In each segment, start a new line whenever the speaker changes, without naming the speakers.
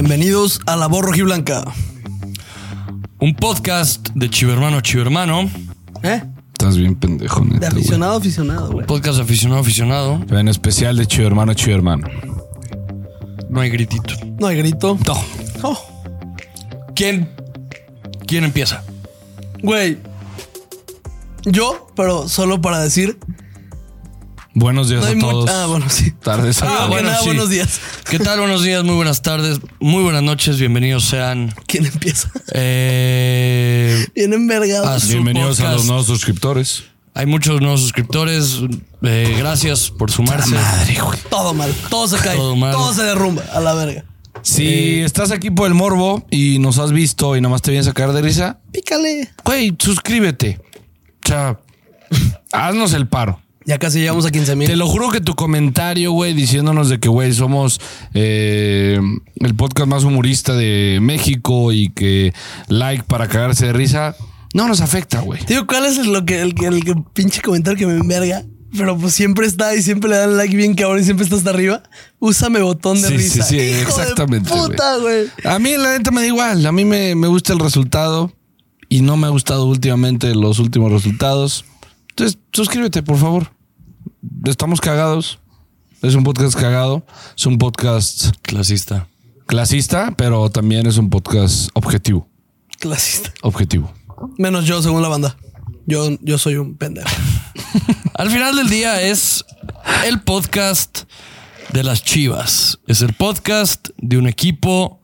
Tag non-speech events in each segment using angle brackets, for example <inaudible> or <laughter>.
Bienvenidos a La Voz Rojiblanca.
Un podcast de Chivermano a Chivermano.
¿Eh?
Estás bien pendejo,
De
neta, güey.
aficionado a aficionado, güey.
Podcast de aficionado a aficionado.
En especial de Chido Hermano, Chido Hermano.
No hay gritito.
No hay grito.
No.
Oh,
¿Quién? ¿Quién empieza?
güey. Yo, pero solo para decir.
Buenos días
no hay
a
mucho-
todos.
Ah, bueno, sí.
Tardes a
Ah,
todos.
bueno, nada, buenos días.
¿Qué tal? Buenos días, muy buenas tardes, muy buenas noches. Bienvenidos sean
¿Quién empieza? <laughs>
eh,
Bien envergado.
a su
Bienvenidos a los
podcast.
nuevos suscriptores.
Hay muchos nuevos suscriptores. eh, gracias por sumarse.
Todo mal. Todo se cae.
Todo
Todo,
mal.
se derrumba a la verga.
Si estás aquí por el morbo y nos has visto y nomás te vienes a sacar de risa,
Pícale.
güey, suscríbete. O sea, haznos el paro.
Ya casi llegamos a 15
Te
mil.
lo juro que tu comentario, güey, diciéndonos de que, güey, somos eh, el podcast más humorista de México y que like para cagarse de risa, no nos afecta, güey.
Digo, ¿cuál es lo que, el, que- el que pinche comentario que me enverga? Pero pues siempre está y siempre le dan like bien cabrón y siempre está hasta arriba. Úsame botón de
Sí,
risa.
sí, sí,
Hijo de
exactamente, güey.
puta, güey.
A mí, la neta, me da igual. A mí me, me gusta el resultado y no me ha gustado últimamente los últimos resultados. Entonces, suscríbete, por favor. Estamos cagados. Es un podcast cagado. Es un podcast
Clasista.
clasista, pero también es un podcast objetivo.
Clasista.
Objetivo.
Menos yo, según la banda. Yo, yo soy un pendejo.
Al final del día es el podcast de las Chivas. Es el podcast de un equipo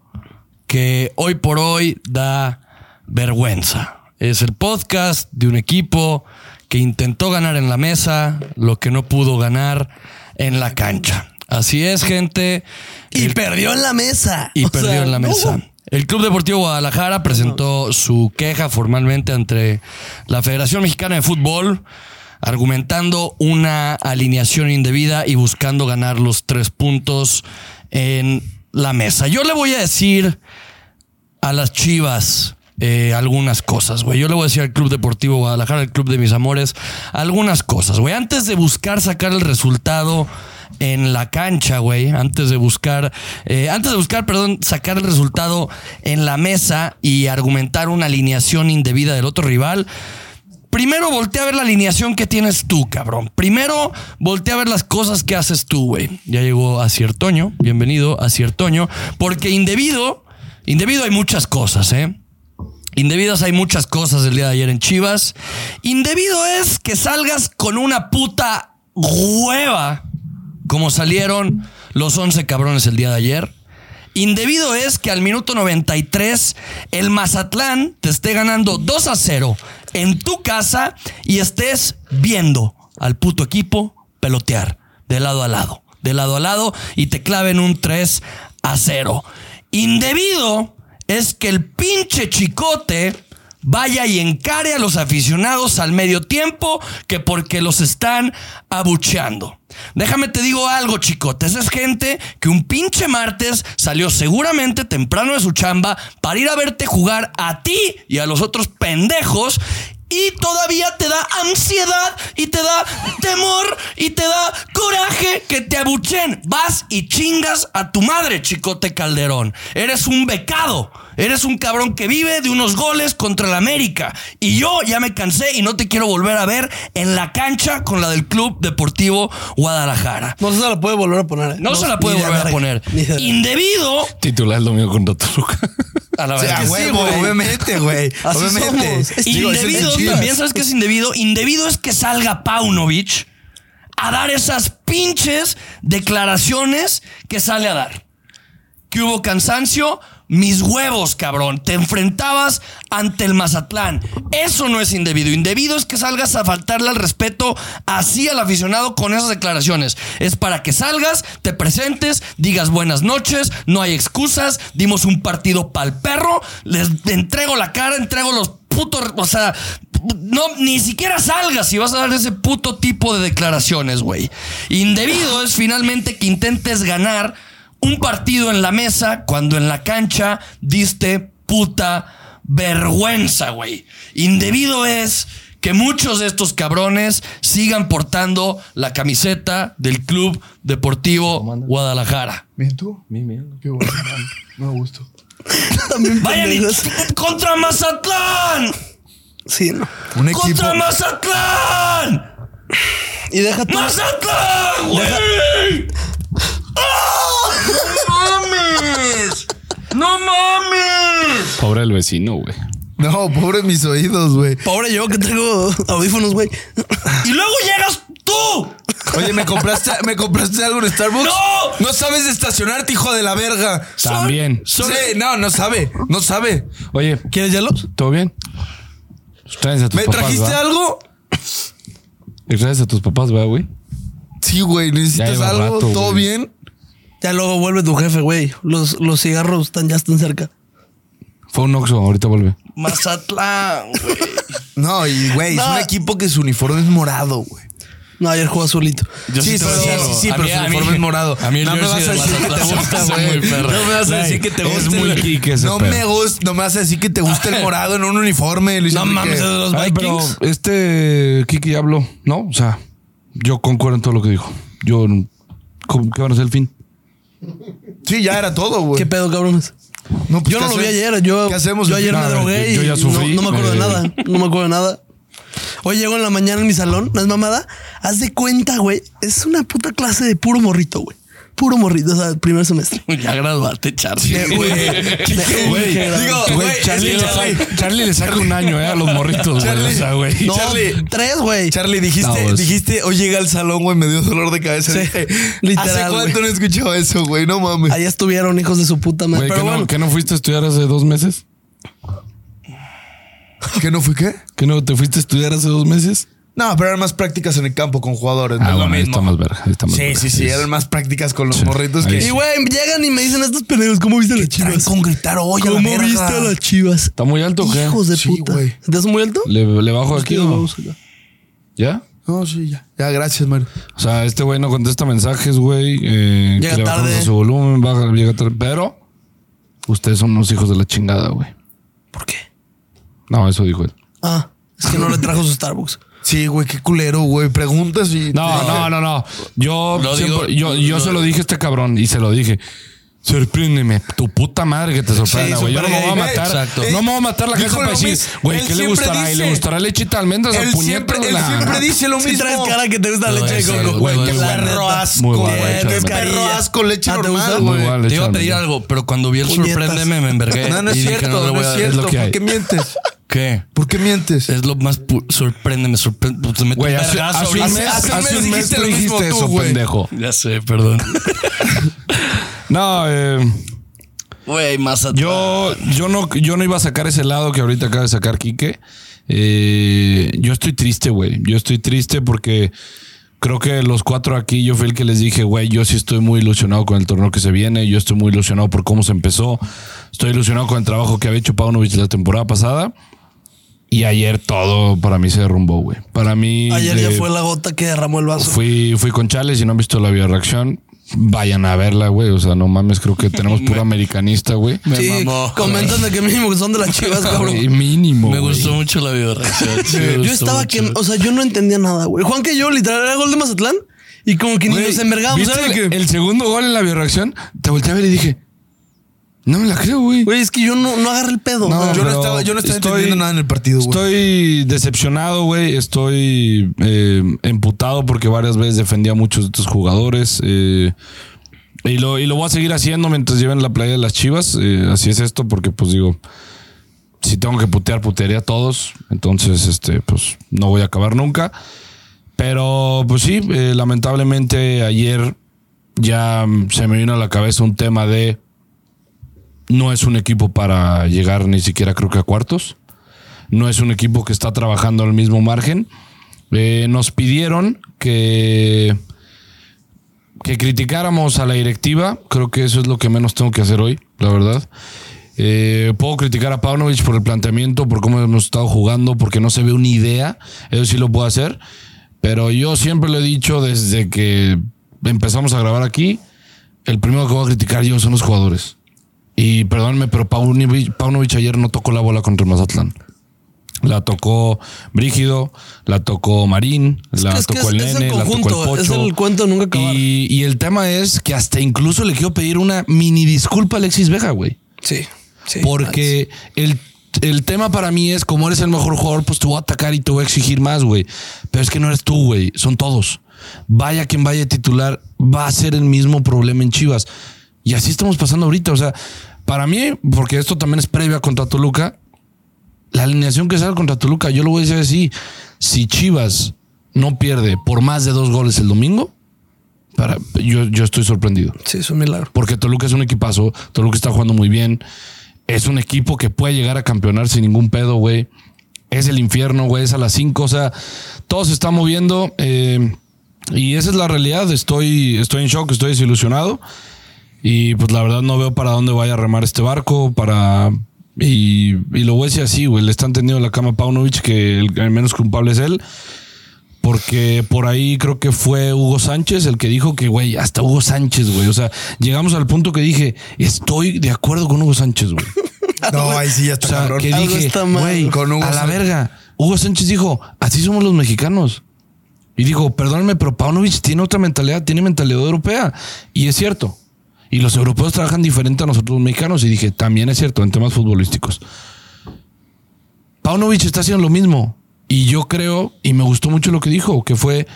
que hoy por hoy da vergüenza. Es el podcast de un equipo que intentó ganar en la mesa lo que no pudo ganar en la cancha. Así es, gente.
Y
El-
perdió en la mesa.
y
O
perdió
sea,
en la mesa.
no.
El Club Deportivo Guadalajara presentó su queja formalmente ante la Federación Mexicana de Fútbol, argumentando una alineación indebida y buscando ganar los tres puntos en la mesa. Yo le voy a decir a las Chivas eh, algunas cosas, güey. Yo le voy a decir al Club Deportivo Guadalajara, al Club de Mis Amores, algunas cosas, güey. Antes de buscar sacar el resultado en la cancha, güey. Antes de buscar, eh, antes de buscar, perdón, sacar el resultado en la mesa y argumentar una alineación indebida del otro rival. Primero voltea a ver la alineación que tienes tú, cabrón. Primero voltea a ver las cosas que haces tú, güey. Ya llegó a Ciertoño. Bienvenido a Ciertoño. Porque indebido, indebido hay muchas cosas, ¿eh? Indebidas hay muchas cosas el día de ayer en Chivas. Indebido es que salgas con una puta hueva como salieron los 11 cabrones el día de ayer. Indebido es que al minuto 93 el Mazatlán te esté ganando 2 a 0 en tu casa y estés viendo al puto equipo pelotear de lado a lado, de lado a lado y te claven un 3 a 0. Indebido es que el pinche chicote vaya y encare a los aficionados al medio tiempo que porque los están abucheando. Déjame te digo algo, chicotes. Es gente que un pinche martes salió seguramente temprano de su chamba para ir a verte jugar a ti y a los otros pendejos. Y todavía te da ansiedad y te da temor y te da coraje que te abuchen. Vas y chingas a tu madre, chicote Calderón. Eres un becado. Eres un cabrón que vive de unos goles contra el América. Y yo ya me cansé y no te quiero volver a ver en la cancha con la del Club Deportivo Guadalajara.
No se la puede volver a poner. ¿eh?
No, se la puede
ni de
volver a
verga,
poner.
ni de verga.
Indebido
Titular lo mío contra Toluca.
a la
O sea,
verdad.
güey, obviamente, güey.
Así
Obviamente.
somos.
Digo, es el
Indebido
Chivas.
también, ¿sabes qué es indebido? Indebido es que salga Paunovic a dar esas pinches declaraciones que sale a dar. que hubo cansancio, mis huevos, cabrón. Te enfrentabas ante el Mazatlán. Eso no es indebido. Indebido es que salgas a faltarle al respeto así al aficionado con esas declaraciones. Es para que salgas, te presentes, digas buenas noches, no hay excusas, dimos un partido pa'l perro, les entrego la cara, entrego los putos, o sea, no, ni siquiera salgas si vas a dar ese puto tipo de declaraciones, güey. Indebido es finalmente que intentes ganar un partido en la mesa cuando en la cancha diste puta vergüenza, güey. Indebido es que muchos de estos cabrones sigan portando la camiseta del Club Deportivo Guadalajara.
Bien, tú.
Mi miedo.
Qué bueno, man. no me gustó.
<laughs>
También
¡Vayan y
pendejos.
contra Mazatlán!
Sí, no.
Un equipo.
¡Contra Mazatlán!
Y deja tú.
¡Mazatlán, güey! ¡Ah! ¡No mames! ¡No mames!
Pobre el vecino, güey.
No, pobre mis oídos, güey.
Pobre yo que tengo audífonos, güey.
Y luego llegas tú.
Oye, ¿me compraste, ¿me compraste algo en Starbucks?
¡No!
No sabes estacionarte, hijo de la verga.
También.
Sí, no, no sabe. No sabe.
Oye,
¿Quieres hielos?
¿todo bien? Pues Traes a tus
¿Me
papás,
trajiste
¿va?
algo?
Y Traes a tus papás, ¿va, güey?
Sí, güey. ¿Necesitas
lleva
algo?
rato,
¿Todo
güey.
bien?
Ya luego vuelve tu jefe, güey. Los, los cigarros están, ya están cerca.
Fue un Oxxo, ahorita vuelve.
Mazatlán.
No, y güey, es
No.
un equipo que su uniforme es morado, güey.
No, ayer jugó azulito.
sí,
te voy a
sí,
decir algo.
sí, sí,
A
pero
mí-
su
a mí-
uniforme es morado.
a mí el
no me vas a
jersey de
decir que te
Mazatlán
gusta,
se me
güey.
hace muy perro.
No me vas a decir que te
es
gusta.
muy
el-
geek ese
No
pedo.
me gusta, no me vas a decir que te
<laughs>
gusta el morado en un uniforme, Luis.
No
Enrique.
mames, es de los
Ay, pero
Vikings.
este Kiki habló, ¿no? O sea, yo concuerdo en todo lo que dijo. Yo, ¿cómo- ¿qué van a ser el fin?
Sí, ya era todo, güey.
¿Qué pedo, cabrones?
No, pues,
Yo
¿qué
no lo vi
hace-
ayer. Yo,
¿Qué hacemos?
yo ayer
No,
me
a ver,
drogué y
yo ya
no-
sufrí,
no, me acuerdo de
me-
nada. No me acuerdo de nada. Hoy llego en la mañana en mi salón, no es mamada. Haz de cuenta, güey. Es una puta clase de puro morrito, güey. Puro morrito, o sea, el primer semestre.
<laughs> Ya graduaste, Charlie.
Eh, güey. Eh,
Güey,
Digo, güey, es que
Charlie,
Charlie-
le sa- Charlie le saca un año, eh, a los morritos, güey. O sea, güey.
No,
Charlie.
tres, güey.
Charlie, dijiste,
No, pues.
dijiste, hoy llega al salón, güey, me dio dolor de cabeza.
Sí,
<laughs> Dije,
literal,
¿Hace cuánto no escuchaba eso, güey? No mames.
Ahí estuvieron hijos de su puta madre.
Güey,
Pero
¿que,
bueno,
no, que no fuiste a estudiar hace dos meses?
¿Qué no fue qué?
¿Que no te fuiste a estudiar hace dos meses?
No, pero eran más prácticas en el campo con jugadores, no es
Ah,
lo
bueno, ahí
mismo.
está más verga. ahí está más
Sí,
verga.
sí, sí, eran más prácticas con los
Sí,
morritos
ahí
que.
sí.
y güey, llegan y me dicen estos pendejos, ¿cómo viste a las chivas?
con gritar hoy a la
¿Cómo
verga?
viste a las chivas?
¿Está muy alto o qué?
Hijos de
Sí,
puta.
güey.
¿Estás muy alto?
¿Le, le bajo aquí o no? ¿Ya?
No, sí, ya. Ya, gracias, Mario.
O sea, este güey no contesta mensajes, güey. eh,
Llega
que le bajamos
tarde.
a su volumen, baja, llega tarde. Pero ustedes son unos hijos de la chingada, güey.
¿Por qué?
No, eso dijo él.
Ah, es que no le trajo su Starbucks.
Sí, güey, qué culero, güey. Preguntas y.
No, no, no, no. Yo,
Lo
siempre-
digo-
yo, yo
lo-
se lo dije a este cabrón y se lo dije. Sorpréndeme, tu puta madre que te sorprenda,
Sí,
güey. Yo no me voy a
supergay.
matar.
Exacto.
No me voy a matar la
Dijo
caja para
lo
decir,
mismo.
güey,
Él
¿qué le
siempre
gustará? ¿Y le
dice-
gustará lechita de almendras
Él
al
siempre,
puñeto?
él
Nah.
siempre dice lo
Si
mismo.
traes cara que te gusta la
No,
leche
es
de
algo,
coco.
güey,
Qué
es
perro
Perro
neta.
asco,
Muy
güey.
bueno,
Qué
Charlie.
perro asco, leche
Ah, ¿te
normal,
gusta?
Muy
güey.
bueno.
Te iba a
Échale,
pedir
ya.
algo, pero cuando vi el
Puñetas.
sorpréndeme me envergué.
No, no es
y dije,
cierto,
le
no
voy a- lo
es cierto.
que
¿Por
hay.
qué mientes?
¿Qué?
¿Por qué mientes?
Es lo más pu- sorpréndeme, sorpréndeme. Te meto
Güey,
un
hace,
vergazo
hace
ahorita.
un mes,
hace un
hace
mes
un mes
dijiste
tú
lo mismo
dijiste
tú,
eso,
güey.
pendejo.
Ya sé,
<laughs>
perdón.
No, eh,
Güey, Mazatlán.
yo, yo, no, yo no iba a sacar ese lado que ahorita acaba de sacar Quique. Eh, yo estoy triste, güey. Yo estoy triste porque creo que los cuatro aquí, yo fui el que les dije, güey, yo sí estoy muy ilusionado con el torneo que se viene. Yo estoy muy ilusionado por cómo se empezó. Estoy ilusionado con el trabajo que había hecho Paunovic la temporada pasada. Y ayer todo para mí se derrumbó, güey. Para mí.
Ayer ya
de-
fue la gota que derramó el vaso.
Fui, fui con Chales y no han visto la bioreacción. Vayan a verla, güey. O sea, no mames, creo
<laughs>
que tenemos puro americanista, güey.
me
sí,
mamó.
comentan de que mínimo que son de las
<laughs>
chivas, cabrón.
Güey, Mínimo.
Me
güey.
gustó mucho la
<laughs>
bioreacción. sí, me
Yo
gustó
estaba
mucho.
que, o sea, yo no entendía nada, güey. Juan que yo literal era gol de Mazatlán y como que ni
Güey,
nos envergábamos.
¿viste
era de
el,
que-
el segundo gol en la bioreacción, te volteé a ver y dije, no me la creo, güey.
Güey, es que yo no, no agarré el pedo.
No,
o sea,
yo,
pero
no estaba, yo no estaba
estoy-
entendiendo nada en el partido, güey.
Estoy decepcionado, güey. Estoy eh, emputado porque varias veces defendí a muchos de estos jugadores. eh, y, lo, y lo voy a seguir haciendo mientras lleven la playa de las chivas. eh, así es esto, porque pues digo, si tengo que putear, putearía a todos. Entonces, este, pues no voy a acabar nunca. Pero pues sí, eh, lamentablemente ayer ya mm, se me vino a la cabeza un tema de no es un equipo para llegar ni siquiera creo que a cuartos. No es un equipo que está trabajando al mismo margen. Eh, nos pidieron que, que criticáramos a la directiva. Creo que eso es lo que menos tengo que hacer hoy, la verdad. Eh, puedo criticar a Pavlovich por el planteamiento, por cómo hemos estado jugando, porque no se ve una idea. Eso sí lo puedo hacer. Pero yo siempre lo he dicho desde que empezamos a grabar aquí. El primero que voy a criticar yo son los jugadores. Y perdónenme, pero Paunovic, Paunovic ayer no tocó la bola contra el Mazatlán. La tocó Brígido, la tocó Marín, la
que es que
tocó el
es- es el
Nene, la tocó el
conjunto,
Pocho.
es el cuento nunca acabar.
Y, y el tema es que hasta incluso le quiero pedir una mini disculpa a Alexis Vega, güey.
Sí, sí.
Porque el, el tema para mí es como eres el mejor jugador, pues te voy a atacar y te voy a exigir más, güey. Pero es que no eres tú, güey. Son todos. Vaya quien vaya titular, va a ser el mismo problema en Chivas. Y así estamos pasando ahorita. O sea, para mí, porque esto también es previa contra Toluca, la alineación que sale contra Toluca, yo lo voy a decir así. Si Chivas no pierde por más de dos goles el domingo, para, yo, yo estoy sorprendido.
Sí, es un milagro.
Porque Toluca es un equipazo. Toluca está jugando muy bien. Es un equipo que puede llegar a campeonar sin ningún pedo, güey. Es el infierno, güey. Es a las 5. O sea, todo se está moviendo. eh, y esa es la realidad. Estoy, estoy en shock, estoy desilusionado. Y pues la verdad no veo para dónde vaya a remar este barco. Para. Y, y lo voy a decir así, güey. Le están tendiendo la cama a Paunovic, que el, el menos culpable es él. Porque por ahí creo que fue Hugo Sánchez el que dijo que, güey, hasta Hugo Sánchez, güey. O sea, llegamos al punto que dije, estoy de acuerdo con Hugo Sánchez, güey.
No, ahí sí ya está
O sea,
cabrón.
que
Algo
dije,
está mal
güey,
<laughs> con Hugo
a la
Sánchez".
verga. Hugo Sánchez dijo, así somos los mexicanos. Y dijo, perdóname, pero Paunovic tiene otra mentalidad, tiene mentalidad europea. Y es cierto. Y los europeos trabajan diferente a nosotros los mexicanos. Y dije, también es cierto en temas futbolísticos. Paunovic está haciendo lo mismo. Y yo creo, y me gustó mucho lo que dijo, que fue,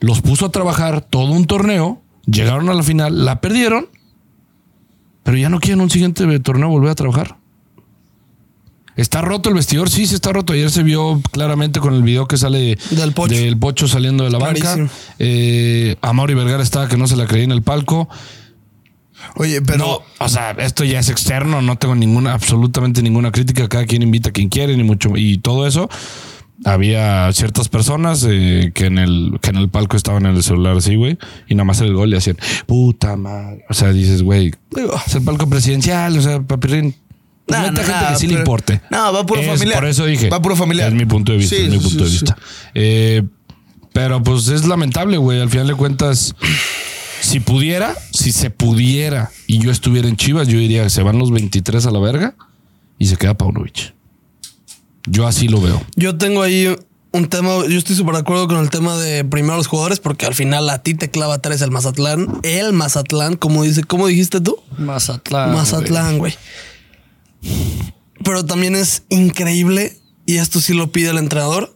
los puso a trabajar todo un torneo, llegaron a la final, la perdieron, pero ya no quieren un siguiente torneo volver a trabajar. Está roto el vestidor, sí, sí está roto. Ayer se vio claramente con el video que sale
Del Pocho.
Pocho saliendo de la
Clarísimo.
banca. Eh, a Mauri Vergara estaba que no se la creía en el palco.
Oye, pero
No, o sea, esto ya es externo, no tengo ninguna, absolutamente ninguna crítica. Cada quien invita a quien quiere ni mucho, y todo eso. Había ciertas personas eh, que, en el, que en el palco estaban en el celular así, güey, y nada más el gol le hacían puta madre. O sea, dices, güey, es el palco presidencial, o sea, papirrín.
Nah,
No, hay
nah,
gente
nah,
que sí le
pero-
importe.
No, va puro
Es-
familiar.
Por eso dije.
Va puro familiar.
Es mi punto de vista.
Sí,
es mi
sí,
punto
sí,
de
sí.
vista. Eh, pero pues es lamentable, güey. Al final de cuentas, si pudiera, si se pudiera y yo estuviera en Chivas, yo diría que se van los 23 a la verga y se queda Paunovic. Yo así lo veo.
Yo tengo ahí un tema, yo estoy súper de acuerdo con el tema de primeros jugadores, porque al final a ti te clava tres el Mazatlán, el Mazatlán, como dice, ¿cómo dijiste tú?
Mazatlán.
Mazatlán, güey. Pero también es increíble, y esto sí lo pide el entrenador.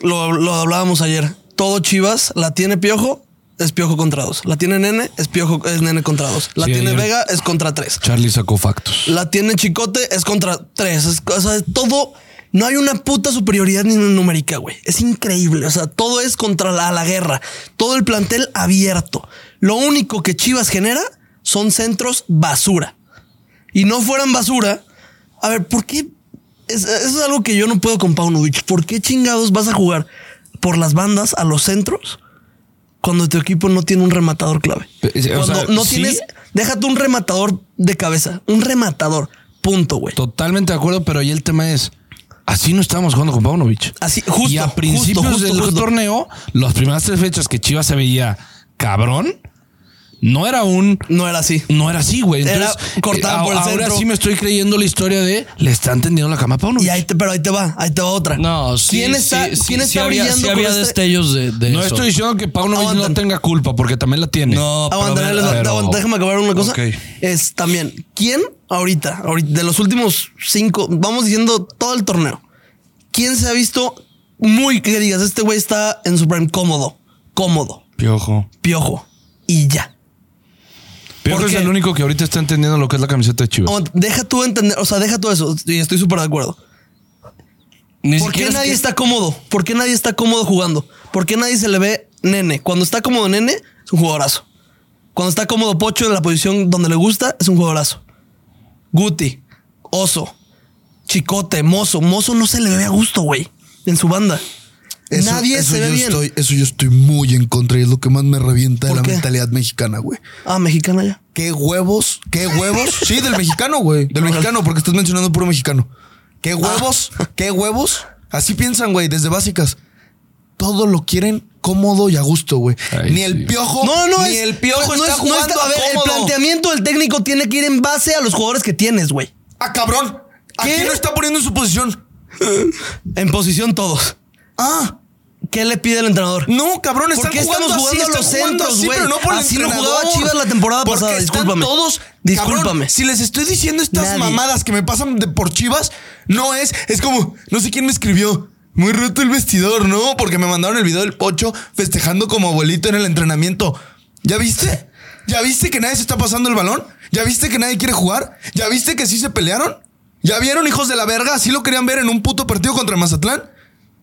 Lo, lo hablábamos ayer. Todo Chivas la tiene Piojo, es Piojo contra dos. La tiene Nene, es Piojo, es Nene contra dos. La
Sí,
tiene
ayer-
Vega, es contra tres.
Charlie sacó factos.
La tiene Chicote, es contra tres. Es, o sea, es todo. No hay una puta superioridad ni numérica, güey. Es increíble. O sea, todo es contra la, a la guerra. Todo el plantel abierto. Lo único que Chivas genera son centros basura. Y no fueran basura. A ver, ¿por qué? Es- eso es algo que yo no puedo con Paunovic. ¿Por qué chingados vas a jugar por las bandas a los centros cuando tu equipo no tiene un rematador clave?
O
Cuando
sea,
Eh, no
sí,
tienes. Déjate un rematador de cabeza. Un rematador. Punto, güey.
Totalmente de acuerdo, pero ahí el tema es, así no estamos jugando con Paunovic.
Así, justo.
y a
justo,
principios
justo,
del
justo.
torneo, las primeras tres fechas que Chivas se veía cabrón, no era un.
No era así.
No era así, güey.
Era
Entonces,
cortaban
eh,
por el
ahora
centro.
sí me estoy creyendo la historia de le están tendiendo la cama a Paunovic.
Y ahí te, pero ahí te va, ahí te va otra.
No, sí.
¿Quién está,
sí, sí,
¿quién
sí
está
había-
brillando
sí
con
había
este-
destellos de, de
no
eso.
estoy diciendo que Paunovic
Aguantan.
no tenga culpa, porque también la tiene.
No, pero
Aguanta,
a ver,
les-
pero-
aguanta, déjame acabar una cosa.
Ok.
Es también, ¿quién ahorita, ahorita, de los últimos cinco, vamos diciendo todo el torneo, ¿quién se ha visto muy que digas, este güey está en su prime cómodo, cómodo,
Piojo.
piojo, y ya?
Piojo
¿por
es
qué?
el único que ahorita está entendiendo lo que es la camiseta de Chivas.
Aguanta, Deja tú entender, o sea, deja tú eso, y estoy súper de acuerdo.
Ni
¿Por qué
siquiera es
nadie
que-
está cómodo? ¿Por qué nadie está cómodo jugando? ¿Por qué nadie se le ve nene? Cuando está cómodo nene, es un jugadorazo. Cuando está cómodo Pocho en la posición donde le gusta, es un jugadorazo. Guti, Oso, Chicote, Mozo. Mozo no se le ve a gusto, güey, en su banda.
eso-
nadie
eso
se ve
yo
bien.
Estoy, eso yo estoy muy en contra y es lo que más me revienta de
¿Por
la
qué?
mentalidad mexicana, güey.
Ah, mexicana ya.
¿Qué huevos? ¿Qué huevos? Sí, del mexicano, güey. Del mexicano, porque estás mencionando puro mexicano. ¿Qué huevos? ¿Qué huevos? Así piensan, güey, desde básicas. Todo lo quieren cómodo y a gusto, güey.
Ay,
Ni el
sí.
piojo.
No, no,
ni
es-
el piojo
no, no
está
es- no
jugando
está- a ver,
cómodo.
el planteamiento del técnico tiene que ir en base a los jugadores que tienes, güey.
¡Ah, cabrón! ¿A
¿Qué?
quién lo está poniendo en su posición?
En posición todos.
Ah,
¿Qué le pide el entrenador?
no, cabrón,
¿Por
están
qué
jugando
estamos
así,
jugando a
están
los
jugando
centros,
así,
güey?
pero no por el
Así no jugaba
entrenador.
Chivas la temporada
Porque
pasada,
están
discúlpame.
todos,
Discúlpame.
cabrón, si les estoy diciendo estas
Nadie.
mamadas que me pasan de por Chivas, no es, es como, no sé quién me escribió. Muy roto el vestidor, ¿no? Porque me mandaron el video del pocho festejando como abuelito en el entrenamiento. ¿Ya viste? ¿Ya viste que nadie se está pasando el balón? ¿Ya viste que nadie quiere jugar? ¿Ya viste que sí se pelearon? ¿Ya vieron, hijos de la verga? ¿Así lo querían ver en un puto partido contra Mazatlán?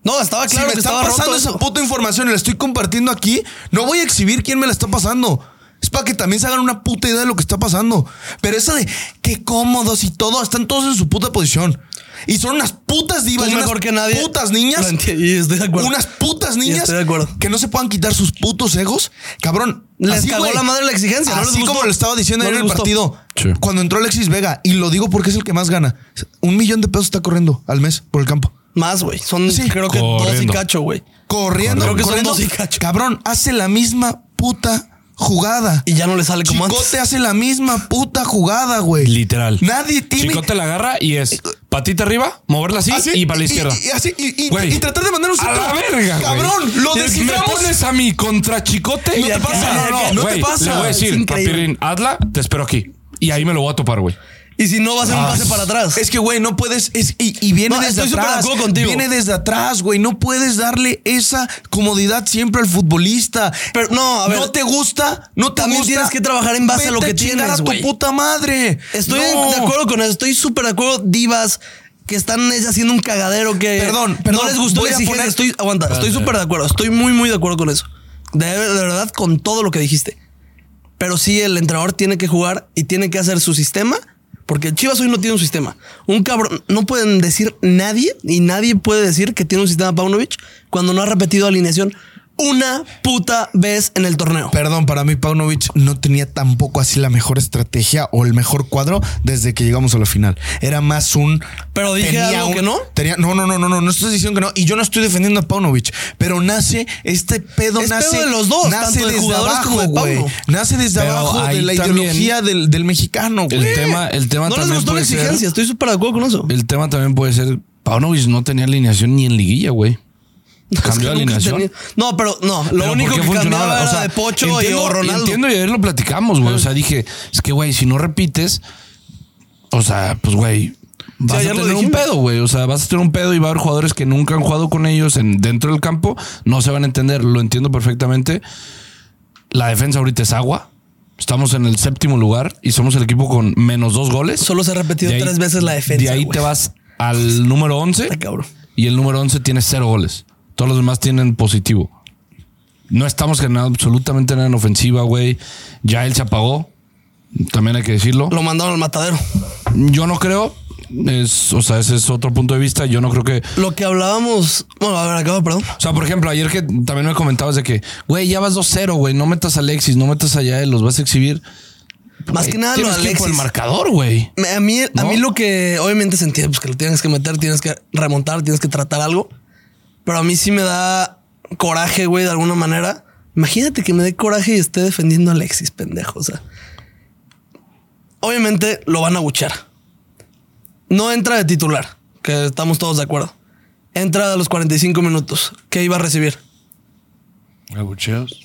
No, estaba claro
si me
que
está
estaba roto
pasando esa
eso.
puta información y la estoy compartiendo aquí, no voy a exhibir quién me la está pasando. Es para que también se hagan una puta idea de lo que está pasando. Pero esa de qué cómodos y todo, están todos en su puta posición. Y son unas putas divas,
Tú
y unas
mejor que nadie.
putas niñas,
Lo entiendo, Y estoy de acuerdo.
unas putas
Y
niñas
estoy de acuerdo.
que no se puedan quitar sus putos egos. Cabrón,
Les
así,
cagó
güey.
la madre la exigencia. ¿no les
Así
gustó?
como le estaba diciendo
No les
ayer en el
gustó.
partido,
Sí.
cuando entró Alexis Vega, y lo digo porque es el que más gana, un millón de pesos está corriendo al mes por el campo.
Más, güey. Son
Sí.
creo que dos y
Corriendo.
cacho, güey.
Corriendo,
Creo que son
corriendo.
dos y cacho.
Cabrón, hace la misma puta jugada.
Y ya no le sale como antes.
Chicote hace la misma puta jugada, güey.
Literal.
Nadie tiene.
Chicote la agarra y es patita arriba, moverla así,
Así,
y para la izquierda.
Ah, Y, y así, y, y-
Güey.
y tratar de mandar un
A
centro.
la verga, güey.
Cabrón, lo
Me
desciframos.
pones a mí contra Chicote.
te pasa, no, no,
No,
no te
güey,
pasa.
Le voy a
Es
decir,
increíble.
Papirín, hazla, te espero aquí. Y ahí me lo voy a topar, güey.
Y si no, va a ser un pase para atrás.
Es que, güey, no puedes. es- y, y viene
No,
desde
estoy súper de
atrás.
acuerdo contigo.
Viene desde atrás, güey. No puedes darle esa comodidad siempre al futbolista.
Pero no, a ver.
No te gusta, no te
También
gusta,
tienes que trabajar en base a lo
vete
que
chingar
tienes,
a tu
güey.
puta madre.
Estoy
No.
de acuerdo con eso. Estoy súper de acuerdo. Divas que están es, haciendo un cagadero que.
Perdón, perdón,
No les gustó
voy
la
a
exigencia.
poner-
Estoy, aguanta, estoy súper de acuerdo. Estoy muy, muy de acuerdo con eso. De, de verdad, con todo lo que dijiste. Pero sí, el entrenador tiene que jugar y tiene que hacer su sistema. Porque Chivas hoy no tiene un sistema. Un cabrón. No pueden decir nadie y nadie puede decir que tiene un sistema Paunovic cuando no ha repetido alineación una puta vez en el torneo.
Perdón, para mí Paunovic no tenía tampoco así la mejor estrategia o el mejor cuadro desde que llegamos a la final. Era más un...
Pero dije algo que no.
Tenía, no, no, no, no, no, no estoy diciendo que no. Y yo no estoy defendiendo a Paunovic, pero nace este pedo,
Es
nace...
pedo de los dos,
nace
tanto de
desde
jugadores
abajo,
como de
güey.
Pauno.
Nace desde
Pero
abajo de
ahí
la
también-
ideología del, del mexicano,
El
güey.
tema, el tema
No les
también
gustó la
puede ser-
exigencia. Estoy súper de acuerdo con eso.
El tema también puede ser. Paunovic no tenía alineación ni en liguilla, güey.
Es que
Cambió de
nunca
alineación.
tenía- No, pero no. Lo
Pero
único
¿por
que
qué funcionaba?
cambiaba
O
era
sea,
de Pocho y
entiendo-
o Ronaldo.
Entiendo y ayer lo platicamos, güey. O sea, dije, es que, güey, si no repites, o sea, pues, güey, vas
ayer
a
lo
tener un
dijimos.
pedo, güey. O sea, vas a tener un pedo y va a haber jugadores que nunca han jugado con ellos en, dentro del campo. No se van a entender, lo entiendo perfectamente. La defensa ahorita es agua. Estamos en el séptimo lugar y somos el equipo con menos dos goles.
Solo se ha repetido
De ahí-
tres veces la defensa.
De ahí
güey.
te vas al número 11
Está cabrón.
y el número 11 tiene cero goles. Todos los demás tienen positivo. No estamos generando absolutamente nada en ofensiva, güey. Ya él se apagó. También hay que decirlo.
Lo mandaron al matadero.
Yo no creo. Es, o sea, ese es otro punto de vista. Yo no creo que.
Lo que hablábamos. Bueno, a ver, acabo, perdón.
O sea, por ejemplo, ayer que también me comentabas de que, güey, ya vas 2-0, güey. No metas a Alexis, no metas a Yael, los vas a exhibir.
Más que nada lo de
Tienes que ir por el
Alexis.
marcador, güey.
Me- A mí, a
¿No?
mí lo que obviamente se entiende, pues que lo tienes que meter, tienes que remontar, tienes que tratar algo. Pero a mí sí me da coraje, güey, de alguna manera. Imagínate que me dé coraje y esté defendiendo a Alexis, pendejo. O sea, obviamente lo van a buchar. No entra de titular, que estamos todos de acuerdo. Entra a los 45 minutos. ¿Qué iba a recibir? abucheos.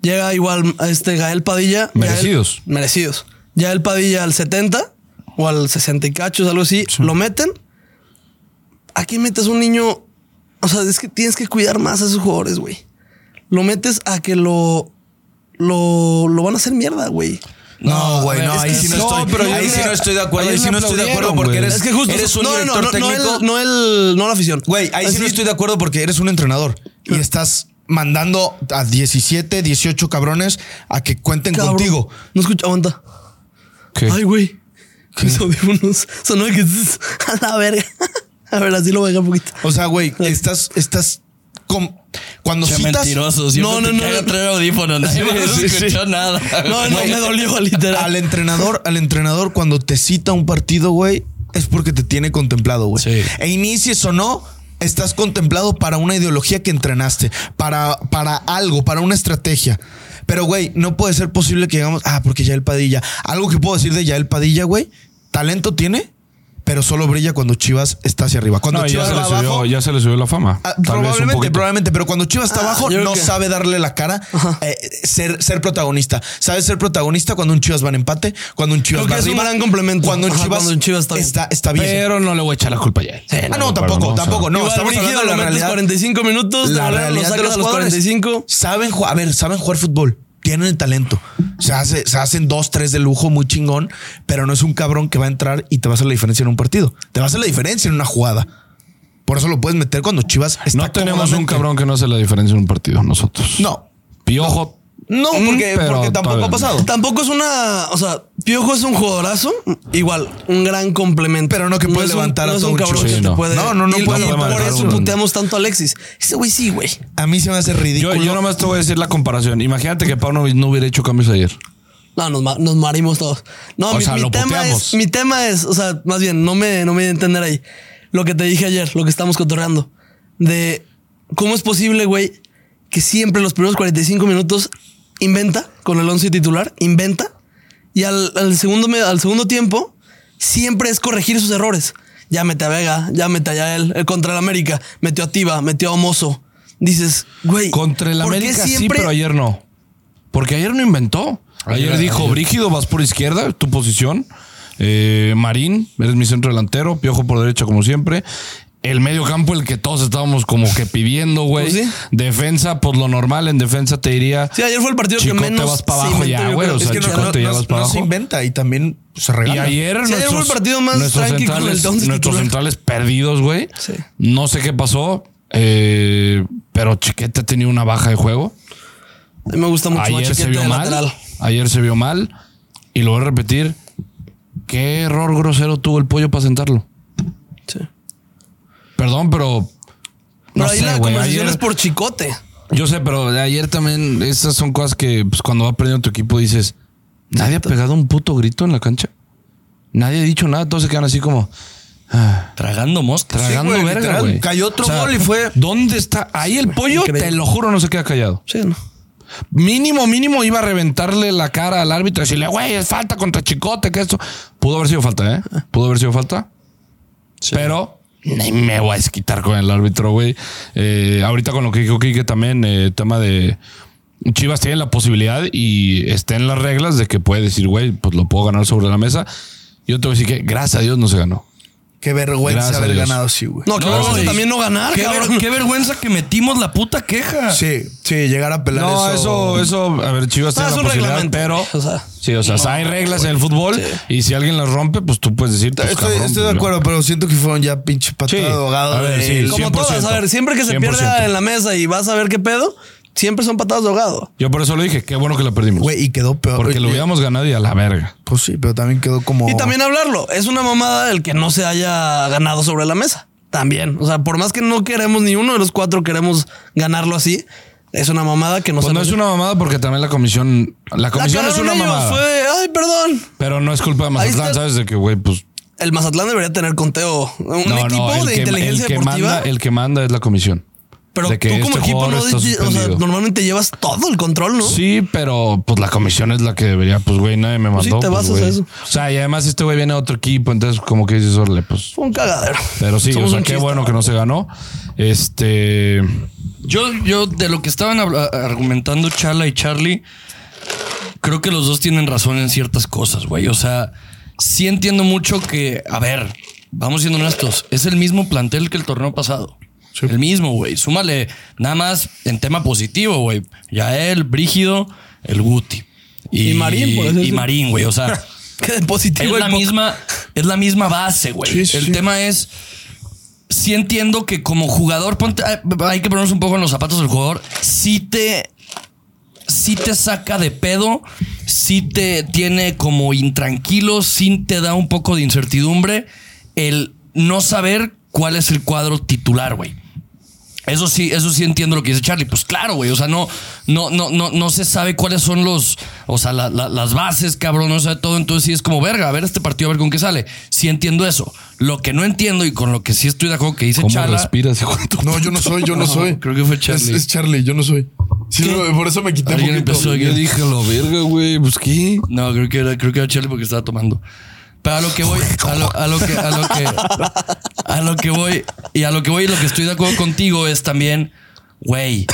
Llega igual a este Gael Padilla.
Merecidos.
Gael- merecidos. Ya el Padilla al 70 o al 60 y cachos, algo así, lo meten. Aquí metes un niño. O sea, es que tienes que cuidar más a esos jugadores, güey. Lo metes a que lo. Lo, lo van a hacer mierda, güey.
No, güey, no,
es
ahí
que
sí no
sí.
estoy.
No, pero
ahí
ayer
sí
le-
no estoy de acuerdo. Ahí
ayer
sí
le
no estoy de acuerdo
aplaudieron,
porque
güey.
eres,
Es que justo.
eres un
no, no,
director
no, no,
técnico.
No, el- no, el- no la afición.
Güey, ahí sí
Así-
no estoy de acuerdo porque eres un entrenador y estás mandando a 17, 18 cabrones a que cuenten
Cabrón.
contigo.
No escucha, aguanta.
¿Qué?
Ay, güey. Mis audífonos. Sonó que a la verga. A ver, así lo voy a dejar un poquito.
O sea, güey, estás, estás con- cuando
Qué
citas
mentiroso. Siempre
No, no,
te
no,
caga
no.
traer
<laughs>
audífonos. Nadie <laughs> más
sí, sí.
escuchó nada.
No, no, me dolió literal.
al entrenador, al entrenador cuando te cita un partido, güey, es porque te tiene contemplado, güey.
Sí.
E inicies o no, estás contemplado para una ideología que entrenaste, para, para algo, para una estrategia. Pero, güey, no puede ser posible que digamos, ah, porque Yael Padilla. Algo que puedo decir de Yael Padilla, güey, talento tiene, pero solo brilla cuando Chivas está hacia arriba. Cuando
No, ya
Chivas
se,
va
le subió,
abajo,
ya se le subió la fama. Tal
ah,
vez un
probablemente,
poquito.
probablemente, pero cuando Chivas está abajo,
Ah, yo creo
no
que-
sabe darle la cara, eh, ser, ser protagonista. Sabe ser protagonista cuando un Chivas va en empate, cuando un Chivas
Creo que
va
es un
arriba,
gran complemento.
Cuando un
Ajá,
Chivas,
cuando un Chivas está bien.
está, está bien.
Pero no le voy a echar la culpa ya.
ah, no, tampoco, tampoco. No,
Igual,
estamos
Brígido,
hablando
lo
de la
metes
realidad.
45 minutos,
la
la lo
realidad de
sacas
los
a los
jugadores.
45.
Saben jugar, a ver, saben jugar fútbol. Tienen el talento. Se, hace- se hacen dos, tres de lujo muy chingón, pero no es un cabrón que va a entrar y te va a hacer la diferencia en un partido. Te va a hacer la diferencia en una jugada. Por eso lo puedes meter cuando Chivas está
No tenemos un
cómodamente.
cabrón que no hace la diferencia en un partido, nosotros.
No.
Piojo.
No,
Mm,
porque,
pero
porque tampoco
todavía
ha
no.
pasado.
Tampoco es una. O sea, Piojo es un jugadorazo. Igual, un gran complemento.
Pero no que puede
es un-
levantar a
no es
todo
un
un
cabrón
chico.
que
Sí,
te
no.
puede.
No, no, no
y,
puede
y por
levantar
eso
un-
puteamos tanto a Alexis. Ese güey sí, güey.
A mí se me hace
Yo,
ridículo.
yo nomás te voy a decir la comparación. Imagínate que Paunovic no hubiera hecho cambios ayer.
No, nos, ma- nos marimos todos. No,
O
mi,
sea,
mi
lo
tema
puteamos.
es, mi tema es, o sea, más bien, no me, no me voy a entender ahí. Lo que te dije ayer, lo que estamos cotorreando. De cómo es posible, güey, que siempre los primeros 45 minutos inventa con el 11 titular, inventa. Y al, al segundo, me- al segundo tiempo, siempre es corregir sus errores. Ya mete a Vega, ya mete a Yael, el contra el América, metió a Tiva, metió a Omozo. Dices, güey.
Contra el
¿por qué
América sí,
siempre-
pero ayer no. Porque ayer no inventó. Ayer,
Ayer-
dijo,
ayer.
Brígido, vas por izquierda, tu posición. Eh, Marín, eres mi centro delantero. Piojo por derecha, como siempre. El medio campo, el que todos estábamos como que pidiendo, güey.
Pues sí.
Defensa, por lo normal, en defensa te diría...
Sí, ayer fue el partido
Chicote,
que menos.
vas para
se
abajo
inventó,
ya,
yo
güey,
creo.
o
es
sea,
que no,
Chicote,
no-
ya
no-
vas para
no se
abajo.
inventa y también pues, se
Y
regala.
ayer
Sí, ayer fue el partido más
nuestros
tranqui con el
centrales,
once
nuestros
titular.
centrales perdidos, güey.
Sí.
No sé qué pasó, eh, pero Chiquete ha tenido una baja de juego.
A mí me gusta mucho
Ayer
más
se
Chiquete
vio
de
mal.
lateral.
Ayer se vio mal. Y lo voy a repetir. Qué error grosero tuvo el pollo para sentarlo.
Sí.
Perdón, pero. No
Pero ahí
sé,
la
güey,
conversación
ayer-
es por chicote.
Yo sé, pero de ayer también esas son cosas que pues, cuando va perdiendo tu equipo dices, nadie ha pegado un puto grito en la cancha. Nadie ha dicho nada, todos se quedan así como ah,
Tragando moscas.
tragando
güey,
verga,
literal,
güey.
cayó otro gol y fue-
¿Dónde está? Ahí el pollo,
increíble.
te lo juro, no se queda callado.
Sí, ¿no?
Mínimo, mínimo iba a reventarle la cara al árbitro y decirle, güey, es falta contra Chicote, que esto. Pudo haber sido falta, ¿eh? Pudo haber sido falta. Pero ni me voy a desquitar con el árbitro, güey. Eh, ahorita con lo que dijo Quique también, eh, tema de. Chivas tiene la posibilidad y está en las reglas de que puede decir, güey, pues lo puedo ganar sobre la mesa. Yo te voy a decir que, gracias a Dios, no se ganó.
Qué vergüenza
Gracias a
haber
Dios.
ganado así, güey.
No, que vamos
güey.
a también no ganar,
Qué, ver-
cabrón.
qué vergüenza que metimos la puta queja.
Sí, sí, llegar a pelar
No,
eso. pues,
eso, eso, a ver, Chivas
Ah,
tiene
es
la
un
posibilidad,
reglamento,
pero.
o sea.
sí, o sea, hay reglas en el fútbol y si alguien las rompe, pues tú puedes decir. pues,
Estoy,
cabrón,
estoy de
pues, yo-
acuerdo, pero siento que fueron ya pinche patada
Sí.
de ahogado.
A ver,
de-
sí,
Como todas, a ver, siempre que se
100%.
pierda en la mesa y vas a ver qué pedo, siempre son patadas de ahogado.
Yo por eso le dije, qué bueno que la perdimos.
Güey, y quedó peor.
porque lo
Oye,
hubiéramos ganado y a la verga.
Pues sí, pero también quedó como.
Oh.
Y también hablarlo. Es una mamada el que no se haya ganado sobre la mesa. También. O sea, por más que no queremos ni uno de los cuatro queremos ganarlo así, es una mamada que no
Pues
se
no es una mamada porque también la comisión. La
La
comisión es
cagaron
una
ellos,
mamada.
Fue, de, ay, perdón.
Pero no es culpa de
Ahí
Mazatlán,
está-
¿sabes? De que, güey, pues.
El Mazatlán debería tener conteo. Un
no, no,
equipo
el
de
que-
inteligencia
el que
deportiva.
manda, el que manda es la comisión.
Pero
de que
tú como
este
equipo no
jugador está
dices- o sea,
suspendido.
normalmente llevas todo el control, ¿no?
Sí, pero pues la comisión es la que debería, pues güey, nadie me mandó.
sí, te
pues,
basas
güey.
a eso.
O sea, y además este güey viene a otro equipo, entonces como que dices, órale, pues.
Fue un cagadero.
Pero sí,
Somos
o sea,
un
qué
chiste.
bueno que no se ganó. Este.
Yo, yo, de lo que estaban habla- argumentando Chala y Charlie, creo que los dos tienen razón en ciertas cosas, güey. O sea, sí entiendo mucho que, a ver, vamos siendo honestos, es el mismo plantel que el torneo pasado. El mismo, güey. Súmale nada más en tema positivo, güey. Yael, Brígido, el Guti.
Y Marín, por eso
Y
es-
Marín, güey. O sea,
<laughs> Qué de positivo.
es la
y poco.
misma, es la misma base, güey.
Sí, sí,
el
sí.
tema es. Sí entiendo que como jugador, ponte- hay- hay que ponernos un poco en los zapatos del jugador. Sí te. Sí te saca de pedo. Sí te tiene como intranquilo. Sí te da un poco de incertidumbre. El no saber cuál es el cuadro titular, güey. Eso sí, eso sí entiendo lo que dice Charlie. Pues claro, güey. O sea, no, no, no, no, no se sabe cuáles son los, o sea, la- la- las bases, cabrón, no sabe todo. Entonces sí es como verga, a ver este partido, a ver con qué sale. Sí entiendo eso. Lo que no entiendo y con lo que sí estoy de acuerdo que dice
¿Cómo
Chala.
respiras, hijo de tu-
No, yo no soy, yo
<laughs>
no, soy.
creo que fue Charlie.
Es, es Charlie, yo no soy. Sí, lo- por eso me quité un
Alguien
poquito.
empezó aquí.
Yo dije, lo verga, güey, pues qué.
No, creo que era, creo que era Charlie porque estaba tomando. Pero a lo que voy, a lo, a lo que, a lo que, a lo que voy, y a lo que voy, y lo que estoy de acuerdo contigo es también, güey,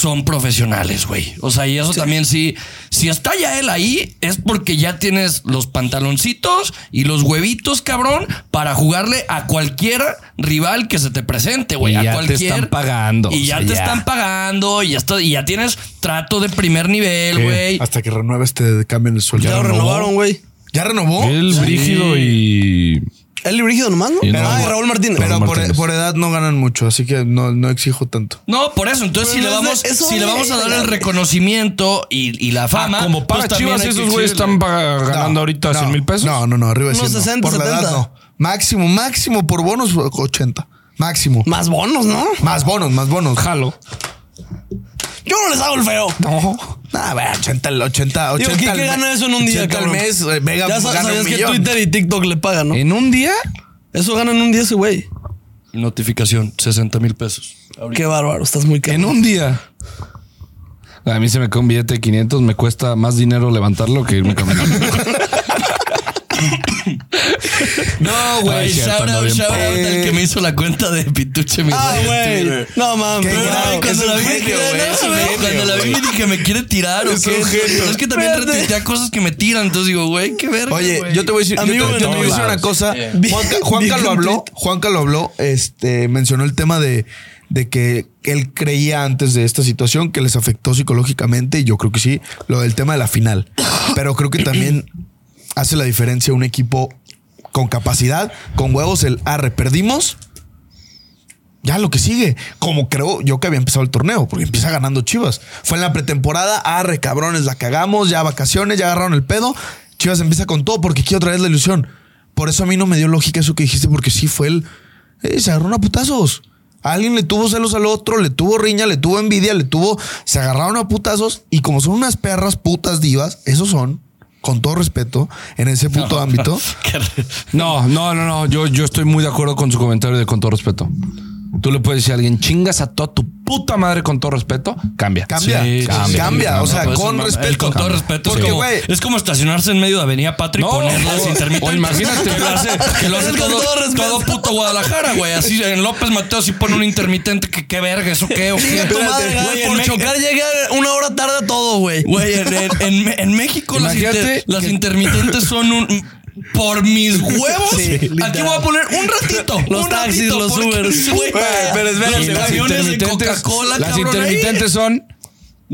son profesionales, güey. O sea, y eso también sí, si está ya él ahí, es porque ya tienes los pantaloncitos y los huevitos, cabrón, para jugarle a cualquier rival que se te presente, güey.
Y
A
ya te
cualquier.
están pagando,
Y
o
ya
sea,
te
ya.
están pagando, y ya, está, y ya tienes trato de primer nivel,
¿Qué?
güey.
Hasta que renueve este cambio el sueldo.
Ya lo renovaron, güey.
¿Ya renovó?
El brígido y.
El y Brígido nomás, ¿no?
Y no,
ah, y
güey.
Raúl Martínez.
Pero
Raúl
por,
Martínez.
por edad no ganan mucho, así que no, no exijo tanto.
No, por eso. Entonces,
Pero
si le
no es de-
vamos,
eso
si le
vale
vamos a dar el
verga.
reconocimiento y, y la fama.
Ah, Como paga
pues también
Chivas,
hay que
esos güeyes
exigirle.
están paga- ganando
No,
ahorita
no,
100 mil pesos.
No, no, no, arriba de
Unos
100. no.
60,
por la
70.
edad no. Máximo, máximo por bonos 80. Máximo.
Más bonos, ¿no?
Más bonos, más bonos.
Jalo.
Yo no les hago el feo.
No. A ver, 80, al- 80, 80.
Digo, ¿quién
al
que
mes.
gana eso en un día,
80 al
cabrón?
mes, eh, Vega
ya sa-
gana
sabías
un
que
millón.
Twitter y TikTok le pagan, ¿no?
¿En un día?
Eso gana en un día ese güey.
Notificación, 60 mil pesos.
Qué bárbaro, estás muy
En
caro.
un día. A mí se me cae un billete de 500, me cuesta más dinero levantarlo que irme caminando. <laughs>
No,
Ay,
güey.
sí,
Shout
ando
out,
bien
shout out
pobre.
al que me hizo la cuenta de Pituche, mi
Ah, güey. No mames.
Qué
Pero,
grave,
cuando
es un
la vi,
genio,
dije,
güey,
no,
es un
güey.
genio.
Cuando la vi me dije, ¿me quiere tirar o
Es
qué?
un genio.
Pero Es que también retuitea cosas que me tiran. Entonces digo, güey, qué verga.
Oye,
güey.
yo te voy a decir, yo te-
Amigo
yo
de
te voy a
todos
decir una
lados.
cosa.
Eh.
Juanca, Juanca
Bien
lo habló,
completo.
Juanca lo habló, este, mencionó el tema de, de que él creía antes de esta situación que les afectó psicológicamente y yo creo que sí, lo del tema de la final. Pero creo que también hace la diferencia un equipo con capacidad, con huevos, el arre, perdimos. Ya lo que sigue, como creo yo que había empezado el torneo, porque empieza ganando Chivas. Fue en la pretemporada, arre, cabrones, la cagamos, ya vacaciones, ya agarraron el pedo. Chivas empieza con todo porque quiero traer la ilusión. Por eso a mí no me dio lógica eso que dijiste, porque sí fue el. eh, se agarraron a putazos. Alguien le tuvo celos al otro, le tuvo riña, le tuvo envidia, le tuvo. Se agarraron a putazos y como son unas perras putas divas, esos son, con todo respeto, en ese puto ámbito.
Qué re-
No, no, no, no. Yo, yo estoy muy de acuerdo con su comentario de con todo respeto. Tú le puedes decir a alguien, chingas a toda tu puta madre con todo respeto, cambia.
Cambia,
Sí,
cambia,
sí,
o sea,
Pues,
con
mam-
respeto.
el Con todo respeto. es
Porque,
como-
güey,
es como estacionarse en medio de Avenida Patria y
No,
ponerlas
o-
intermitentes.
o imagínate-
que lo hace, <laughs> que lo hace
Es con
todo,
todo respeto.
todo puto Guadalajara, güey. Así en López Mateo sí pone un intermitente. Que qué verga, eso qué, o qué.
Chinga tu madre,
Güey,
güey,
en
por
Me-
chocar llega una hora tarde a todo, güey.
<laughs> Güey, en, en- en Me- en México las,
Imagínate
inter- las
que-
intermitentes son un. Por mis huevos.
Sí,
Aquí
literal.
voy a poner un ratito.
Los
un
taxis,
ratito,
los
porque-
Ubers.
güey,
Güey, pero espérate,
los
güey.
Las
camiones de
intermitentes,
Coca-Cola,
las
cabrón, ¿eh? ahí.
intermitentes son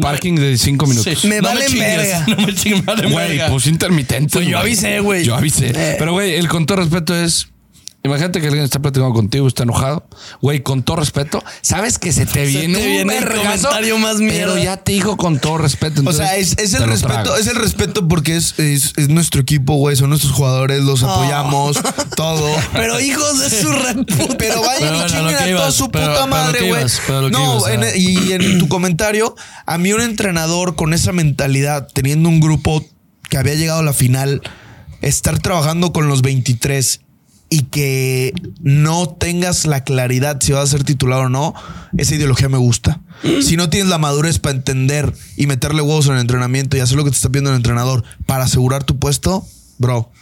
parking de cinco minutos.
Sí.
Me
me
valen
chingues,
verga.
<laughs> No me chingues, me valen
Güey,
verga.
pues intermitente.
Pues yo avisé, güey.
Yo avisé.
Eh.
Pero, güey, el con todo respeto es. Imagínate que alguien está platicando contigo, está enojado. Güey, con todo respeto, sabes que se te viene,
viene
un
el
vergazo,
comentario más mierda.
Pero ya te dijo con todo respeto.
O
entonces
sea, es, es
te
el
lo
respeto,
tragas.
es el respeto porque es, es- es nuestro equipo, güey, son nuestros jugadores, los apoyamos, todo.
Pero hijos de su reputa.
Pero vayan
Pero
y
bueno,
chinguen
lo que
a toda
ibas,
su
pero-
puta
pero lo
madre,
que
güey.
ibas, pero lo que
No,
ibas,
en-
ah.
y en tu comentario, a mí un entrenador con esa mentalidad, teniendo un grupo que había llegado a la final, estar trabajando con los 23 y que no tengas la claridad si vas a ser titular o no, esa ideología me gusta. Si no tienes la madurez para entender y meterle huevos en el entrenamiento y hacer lo que te está pidiendo el entrenador para asegurar tu puesto, bro,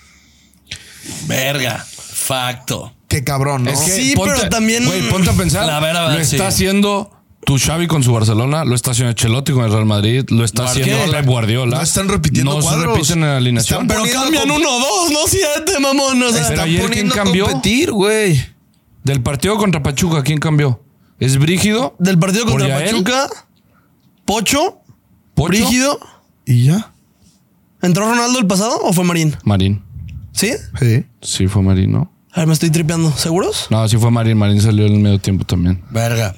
Verga. Facto.
qué cabrón, ¿no?
Es que
Sí, pero también-
Güey, ponte a pensar.
La verdad,
lo
sí.
está haciendo tu Xavi con su Barcelona, lo está haciendo Chelotti con el Real Madrid, lo está haciendo Pep Guardiola.
No están repitiendo
No se
cuadros.
repiten en la alineación.
Están
Pero
poniendo
cambian
comp-
uno o dos, no siete, mamón. O sea,
Pero
Están
ayer, ¿quién
poniendo a
cambió?
competir, güey.
Del partido contra Pachuca, ¿quién cambió? ¿Es Brígido?
del partido contra
Por Yael.
Pachuca, Pocho,
¿Pocho?
Brígido.
¿Y ya?
¿Entró Ronaldo el pasado o fue Marín?
Marín.
¿Sí?
Sí.
Sí, fue Marín, ¿no?
A ver, me estoy tripeando. ¿Seguros?
No, sí fue Marín. Marín salió en el medio tiempo también.
Verga.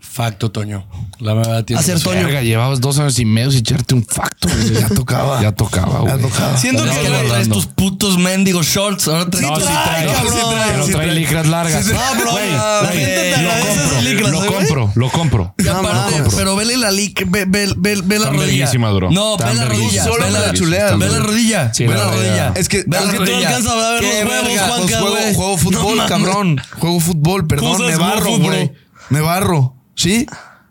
Facto, Toño. La verdad tiene
Hacer
razón.
Toño.
Verga, llevabas dos años y medio sin echarte un facto. güey.
Ya tocaba.
Ya tocaba, güey.
Ya tocaba.
Siento
Es
que,
que
güey,
no traes
hablando.
tus putos mendigos shorts. Ahora traes
No,
tus-
sí
trae,
trae, no,
cabrón.
sí trae, pero
Sí
trae
trae.
licras largas.
No, bro,
Güey,
la
güey,
gente te agradece esas licras,
lo
¿eh, güey?
compro, lo compro.
Y
No,
aparte,
mames.
pero vele la li- ve, ve- ve- ve la
Tan
rodilla.
verguísima, bro.
No, ve
Tan
la rodilla.
verguísima.
Ve
Solo me
la,
la chuleas,
ve la
bro.
rodilla.
Sí,
ve
la
la
verdad.
rodilla.
Es que-
ve la
es que tú no
rodilla.
alcanzas a ver
Qué
los huevos,
verga.
Juanca,
Pues juego,
güey.
juego fútbol,
No mames.
cabrón. Juego fútbol, perdón.
Tú
Me
usas
barro,
fútbol,
güey.
bro.
Me barro. ¿Sí?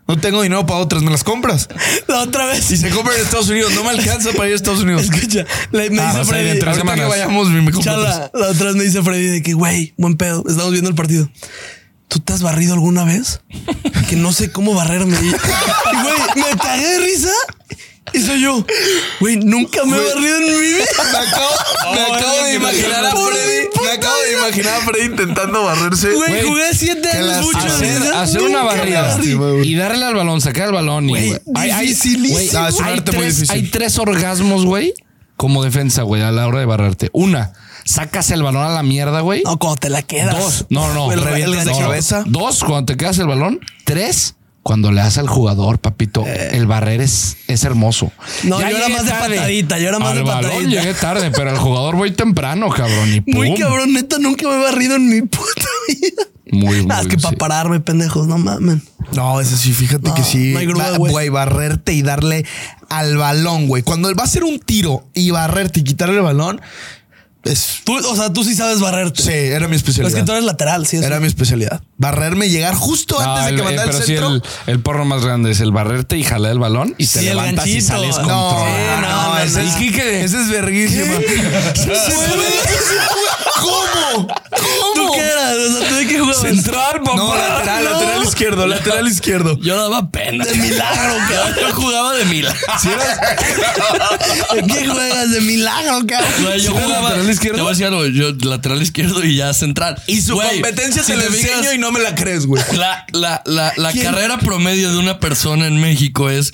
No tengo dinero para otras, me las compras.
La otra vez.
Si se compran en Estados Unidos, no me alcanza para ir a Estados Unidos.
Escucha, le- me
Ah,
dice
o sea,
Freddy.
en tres
ahorita
semanas.
que vayamos,
Vamos, me compro
Chala, la otra vez me dice Freddy de que, güey, buen pedo. Estamos viendo el partido. ¿Tú te has barrido alguna vez?
<laughs>
Que no sé cómo barrerme. Y, y, güey, me cagué de risa y soy yo. Güey, nunca me he barrido en mi
<laughs>
vida.
Me acabo, me
Oh,
acabo
es
de
que me
imaginar a
acabo de
Freddy.
puta
Me acabo de imaginar a Freddy intentando barrerse.
Güey, jugué siete años
lástima.
mucho.
Hacer,
¿verdad?
hacer una
Nunca me
barrida
barrí.
y darle al balón, sacar el balón. y, güey, hay- hay-
dificilísimo.
güey,
Ah, es un
hay
arte muy
tres-
difícil.
Hay tres orgasmos, güey, como defensa, güey, a la hora de barrarte. Una, sacas el balón a la mierda, güey.
No, cuando te la quedas.
Dos, no, no.
El, el
revientas de
gancho.
cabeza.
Dos, cuando te quedas el balón. Tres, cuando le das al jugador, papito. El barrer es, es hermoso.
Eh. No, yo era
llegué
más de patadita, yo era más
al
de
balón
patadita.
llegué tarde, pero al jugador voy temprano, cabrón. Y pum.
Muy cabrón, neta, nunca me he barrido en mi puta vida.
Muy,
Nada, es
muy,
que para
sí.
pararme, pendejos, no mamen.
No, eso sí, fíjate
No,
que sí.
no hay grúa,
Va-
güey.
güey, barrerte y darle al balón, güey. Cuando va a ser un tiro y barrerte y quitarle el balón, es.
Tú, o sea, tú sí sabes barrerte.
Sí, era mi
Pero
especialidad.
es que tú eres lateral, sí. eso.
Era mi especialidad. Barrerme, llegar justo antes
Ah,
de
el-
que
eh,
mandara el
pero sí,
centro.
el, el porro más grande es el barrerte y jalar el balón y te
Sí, el
levantas y
ganchito. No,
sales con todo.
sí, no, no,
ese
no.
es <laughs> Ese es verguísima. ¿Se puede? ¿Cómo?
¿Tú
¿Cómo?
qué eras? O sea, tú de qué jugabas.
Central, papá.
No, lateral, lateral izquierdo, lateral izquierdo.
Yo daba pena. De milagro, cabrón. <laughs> Yo jugaba de milagro.
¿De qué juegas? De milagro, cabrón.
Güey, yo
eres
jugaba
lateral izquierdo?
Te voy a decir algo, yo lateral izquierdo y ya central.
Y su
Güey,
competencia
si
se le
fijas,
enseño y no me la crees, güey.
La, la, la, la carrera promedio de una persona en México es: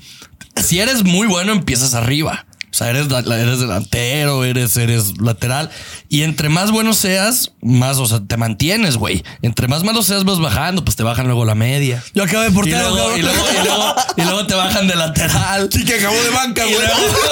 si eres muy bueno, empiezas arriba. O sea, eres, la- la- eres delantero, eres, eres lateral. Y entre más bueno seas, más, o sea, te mantienes, güey. Entre más malo seas, vas bajando, pues te bajan luego la media.
Yo acabo de
Y
portero,
luego,
cabrón.
y luego- y luego- y luego te bajan de lateral.
Y que acabó de banca,
Y
güey.
luego,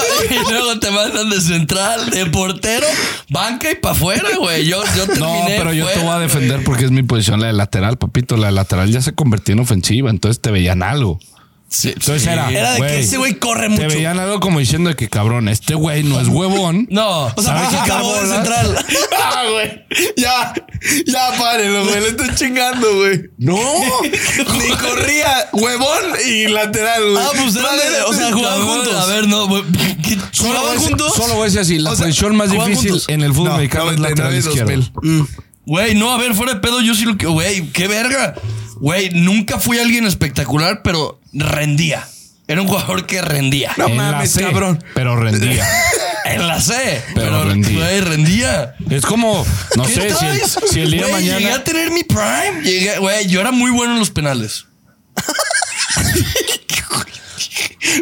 y luego te mandan de central, de portero, banca y para afuera, güey. Yo, yo terminé.
No, pero yo te
fuera,
voy a
güey.
defender porque es mi posición la de lateral, papito. La de lateral ya se convirtió en ofensiva, entonces te veían algo.
Sí,
Entonces
sí.
era,
Era de que
güey,
ese güey corre
Te
mucho.
veían algo como diciendo de que cabrón, este güey no
<laughs>
es huevón.
No,
O sea,
¿Sabe
baja
quitar
acabó de
bolas?
eh?
central.
<laughs> Ah, güey. Ya, ya párenlo, güey. Le estoy chingando, güey. No. <laughs> Ni corría huevón y lateral, güey.
Ah, pues eran
Vale,
de- o sea, jugaban
Cabrón,
juntos.
A ver, no, güey. ¿Qué-
¿Jugaban juntos?
Solo voy a decir así, la
O sea,
posición más
¿jugaban
difícil
juntos?
en el fútbol
No,
mexicano es
99
lateral
y
izquierdo.
2000.
Güey, no, a ver, fuera de pedo, yo sí lo que. Güey, qué verga. Güey, nunca fui alguien espectacular, pero rendía. Era un jugador que rendía.
No
En la
mames,
C,
cabrón.
Pero
<laughs>
rendía.
En la C.
Pero
Pero,
rendía.
güey, rendía.
Es como, no
¿Qué
sé, si el,
traes?
si el día de
Güey, Llegué
mañana.
a tener mi prime. Llegué, güey, yo era muy bueno en los penales.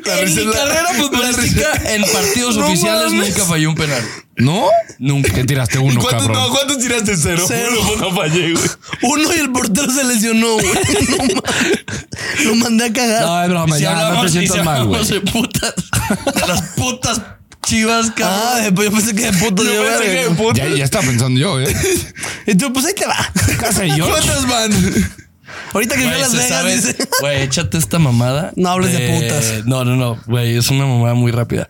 La
en
risa
mi
es
<laughs>
<laughs>
la-
carrera futbolística, en partidos
No
oficiales,
mames.
nunca fallé un penal.
¿No?
Nunca.
¿Qué tiraste
¿Y
uno,
cuántos,
cabrón?
no, ¿cuántos tiraste? Cero.
Cero.
No fallé, güey.
Uno y el portero se lesionó, güey. No mames. Lo mandé a
No,
cagar.
es broma,
Y
ya, no te
y
sientas
si
mal, güey.
hablamos de putas, <laughs> de las putas chivas,
Ah,
cabrón.
después yo pensé que de puto
Yo
yo
pensé que de
verga.
puta.
Ya, ya estaba pensando yo, ¿eh?
Y tú, pues ahí te va.
Casa y yo.
¿Cuántas van?
Ahorita que fui a
Güey,
Las
se
Vegas,
sabe-
dice.
Güey, échate esta mamada.
No hables de putas.
No, no, no, güey, es una mamada muy rápida.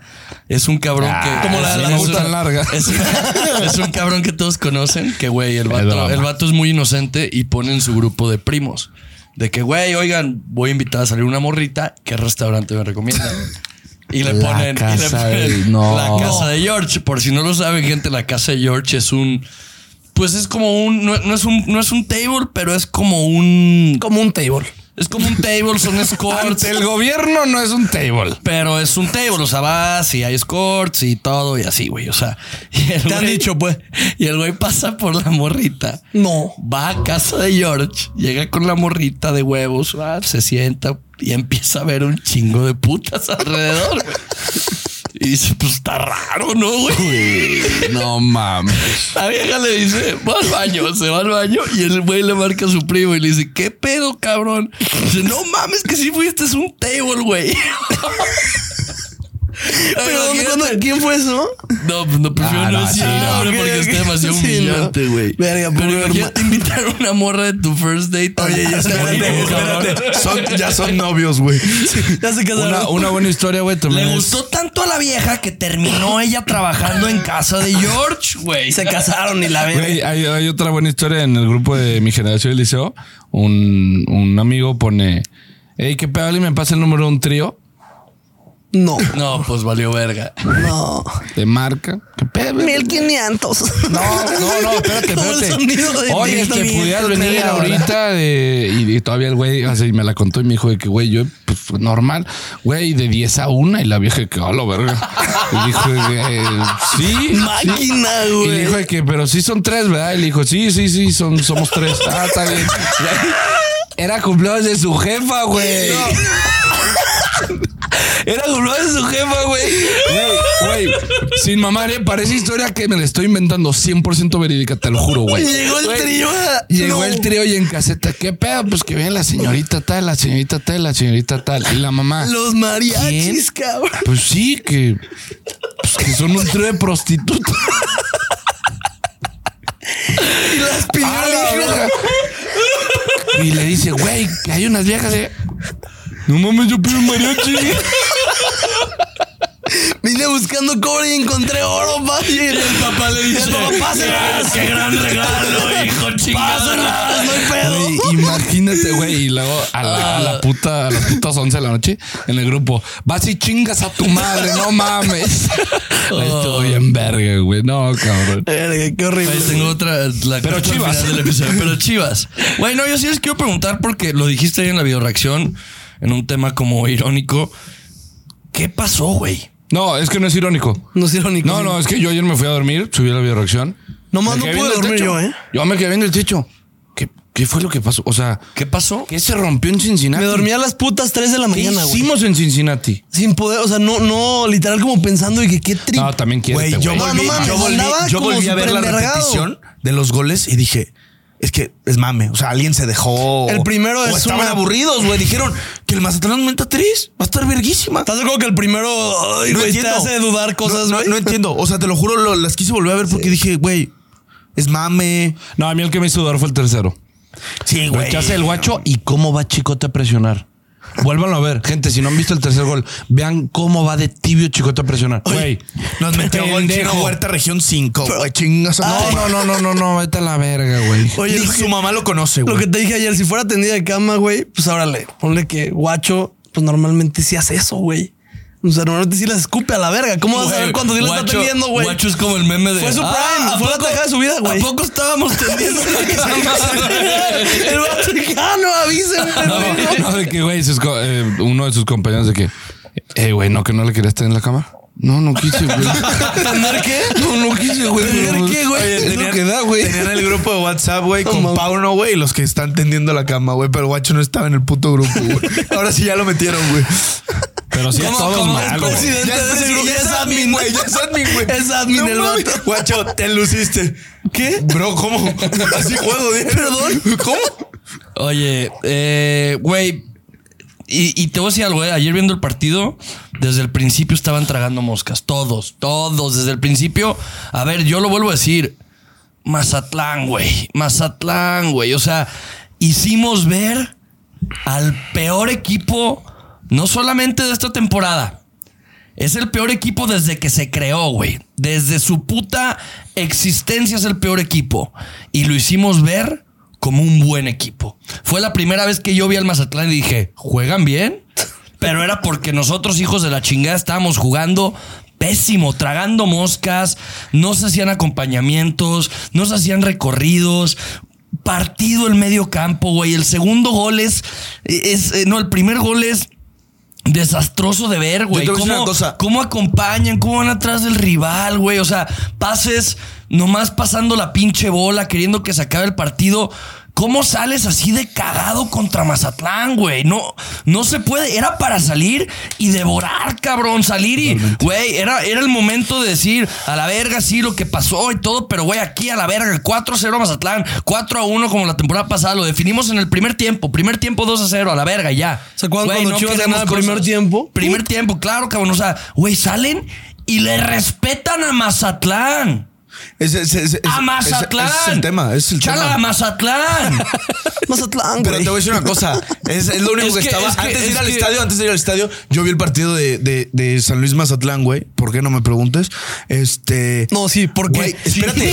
Es un cabrón
Ah,
que.
como la de la
es
puta
un-
larga.
<laughs> Es, es un cabrón que todos conocen, que güey, el vato,
broma.
el vato es muy inocente y pone en su grupo de primos. De que, güey, oigan, voy a invitar a salir una morrita, ¿qué restaurante me recomiendan? Y le
La
ponen, y le
casa de-
ponen
no.
la casa de George. Por si no lo saben, gente, la casa de George es un. Pues es como un. No, no es un. No es un table, pero es como un.
Como un table.
Es como un table,
<laughs>
son escorts.
Ante el gobierno no es un table.
pero es un table, o sea, vas y hay escorts y todo y así, güey. O sea, <laughs> y el
Te han
güey-
dicho, pues.
Y el güey pasa por la morrita.
No.
Va a casa de George, llega con la morrita de huevos, va, se sienta y empieza a ver un chingo de putas <laughs> alrededor, güey. Y dice, pues está raro, ¿no, güey?
No mames.
La vieja le dice, va al baño, se va al baño y el güey le marca a su primo y le dice, ¿qué pedo, cabrón? Dice, no mames, que si fuiste es un table, <laughs> güey.
Pero ¿dónde-
Imagínate.
cuándo- ¿quién fue eso?
No, pues no prefiero
Ah,
no
no,
decir
sí,
el
no.
nombre
Ok,
porque
ok.
está demasiado
Sí, no.
humillante, güey.
Verga,
Pero
pobre
imagínate invitar a una morra de tu first date. Oye,
ya espérate,
Espérate, son- ya son novios, güey.
Ya se casaron.
Una, una buena historia, güey. también
Le
es-
gustó tanto a la vieja que terminó ella trabajando en casa de George, güey.
Se casaron y la verga.
Güey, hay, hay otra buena historia en el grupo de mi generación del liceo. Un, un amigo pone Ey, ¿qué pedo? ¿Alguien me pasa el número de un trío?
No,
No, pues valió verga.
no.
De marca. ¿Qué pedo?
1500. No,
No, no, espérate,
Como el sonido
espérate.
de-
Oye,
de-
que
de-
pudieras
de-
venir
media hora.
ahorita de- y, y todavía el güey así me la contó y me dijo de que, güey, yo, pues normal, güey, de 10 a 1 y la vieja de que, hola, verga. Y dijo, de que, sí. sí.
Máquina,
Y le
güey.
dijo de que, pero sí son tres, ¿verdad? Y le dijo, sí, sí, sí, son, somos
<laughs>
tres. Ah, está bien. Era cumpleaños de su jefa, güey. Era cumpleaños de su jefa, güey. Güey, güey, sin mamar, ¿eh? Parece historia que me la estoy inventando 100% verídica, te lo juro, güey.
Llegó el
Güey,
trío. a-
Llegó
No.
el trío y en caseta, ¿qué pedo? Pues que viene la señorita tal, la señorita tal, la señorita tal. Y la mamá.
Los mariachis, cabrón.
Pues sí, que, pues que son un trío de prostitutas.
Y las
¡A Ah, la
piñolas.
verga! Y le dice, güey, que hay unas viejas de. No mames, yo pido un mariachi.
Vine buscando cobre y encontré oro, papi. Y el papá le dice: Pásenlas. Qué gran regalo, hijo chingada. Pásenlas, no hay pedo.
<laughs> Güey, imagínate, güey. Y luego a la, a la puta, a las putas 11 de la noche en el grupo. Vas y chingas a tu madre,
<laughs>
no mames. Güey, Estuvo bien verga, güey. No, cabrón.
Verga, qué
Ahí
horrible.
tengo otra. La pero
Chivas.
pero Chivas. Güey, no, yo sí les quiero preguntar porque lo dijiste ahí en la videoreacción, en un tema como irónico. ¿Qué pasó, güey?
No, es que no es irónico.
No es irónico.
No, no, es que yo ayer me fui a dormir, subí a la bioreacción.
Nomás
Me
no
quedé
pude
viendo el
dormir
techo.
yo, ¿eh?
Yo me quedé viendo el techo. ¿Qué, ¿Qué fue lo que pasó? O sea,
¿Qué pasó?
¿qué se rompió en Cincinnati?
Me dormí a las putas 3 de la
¿Qué
mañana, güey.
hicimos en Cincinnati?
Sin poder, o sea, no, no, literal como pensando y que qué trip.
No, también quiere. este
Güey, yo
No,
volví,
no mames,
yo volví,
andaba
yo
como
volví a ver la
superenvergado.
repetición de los goles y dije, es que es mame. O sea, alguien se dejó.
El primero
o
es
Estaban
una-
aburridos, güey. Dijeron que el Mazatlán meta tres. Va a estar verguísima.
¿Estás de acuerdo que el primero ay, güey, te hace dudar cosas,
No, no,
güey?
no entiendo. O sea, te lo juro, lo- las quise volver a ver porque dije, güey, es mame.
No, a mí el que me hizo dudar fue el tercero.
Sí, güey.
Rechaza el guacho y cómo va Chicote a presionar. Vuélvanlo a ver, gente. Si no han visto el tercer gol, vean cómo va de tibio Chicote a presionar. Güey,
Nos metió gol
Pendejo.
Chino Huerta Región 5, güey. Chingas. a
No,
madre.
no, no, no, no, no, vete a la verga, güey.
Oye,
Ni
lo
su
que,
mamá lo conoce,
lo
güey.
que te dije ayer, si fuera tendida de cama, güey, pues órale, ponle que guacho, pues normalmente sí hace eso, güey. O sea, normalmente sí las escupe a la verga. ¿Cómo vas a
Güey,
ver cuando sí la está
guacho-
tendiendo, güey?
Guacho es como el meme de. "Ah,
Fue su prime,
¿a
fue la tajada
<laughs>
de su vida, güey.
¿A poco
<laughs>
estábamos tendiendo la cama?
el vato, ah, no, avísenme. güey.
No, de que, güey, sus co- eh, uno de sus compañeros de que, eh, güey, no, que no le querías tener en la cama. No, no quise,
<laughs>
güey.
¿Tener qué?
No, no quise, güey.
¿Tener qué, güey?
Oye, Es lo que da, güey.
Tenían el grupo de WhatsApp, güey, con
mames.
Pauno, güey, y los que están tendiendo la cama, güey. Pero Guacho no estaba en el puto grupo, <laughs> güey. Ahora sí ya lo metieron, güey.
Pero sí, a
¿Cómo-
todos
cómo es
mal, güey.
presidente
Ya
de
es,
ese grupo?
ya es admin, güey. Ya es admin, güey.
Es admin el
mames.
vato.
Guacho, te luciste.
¿Qué?
Bro, ¿cómo? Así juego,
<laughs>
güey. Perdón. ¿Cómo?
Oye, eh, güey. Y, y te voy a decir algo, eh. Ayer viendo el partido, desde el principio estaban tragando moscas. Todos, todos. Desde el principio. A ver, yo lo vuelvo a decir. Mazatlán, güey. Mazatlán, güey. O sea, hicimos ver al peor equipo, no solamente de esta temporada. Es el peor equipo desde que se creó, güey. Desde su puta existencia es el peor equipo. Y lo hicimos ver como un buen equipo. Fue la primera vez que yo vi al Mazatlán y dije, ¿juegan bien? Pero era porque nosotros, hijos de la chingada, estábamos jugando pésimo, tragando moscas, no se hacían acompañamientos, no se hacían recorridos partido el medio campo, güey. El segundo gol es, es eh, no, el primer gol es desastroso de ver, güey.
Yo te voy a decir
¿Cómo,
una cosa.
cómo acompañan? ¿Cómo van atrás del rival, güey? O sea, pases nomás pasando la pinche bola, queriendo que se acabe el partido. ¿Cómo sales así de cagado contra Mazatlán, güey? No, no se puede. Era para salir y devorar, cabrón. Salir y, güey, era, era el momento de decir a la verga, sí, lo que pasó y todo, pero güey, aquí a la verga, 4-0 Mazatlán, 4-1 como la temporada pasada. Lo definimos en el primer tiempo. Primer tiempo 2-0, a la verga, ya.
¿Se acuerdan
Güey,
cuando Chivas
queremos
ganaba el
cosas.
primer tiempo?
Primer tiempo, claro, cabrón. O sea, güey, salen y le respetan a Mazatlán.
<laughs> Ese, ese, ese- ese-
a Mazatlán.
Ese, ese es el tema. ese Es el
Chala
<laughs>
tema.
a Mazatlán.
Mazatlán,
Pero
güey.
te voy a decir una cosa. Es, es lo único
Es
que,
que-
estaba.
es que-
antes de ir
es
al
que-
estadio, antes de ir al estadio, yo vi el partido de, de- de San Luis Mazatlán, güey. ¿Por qué no me preguntes? Este.
No, sí, porque.
Güey, espérate.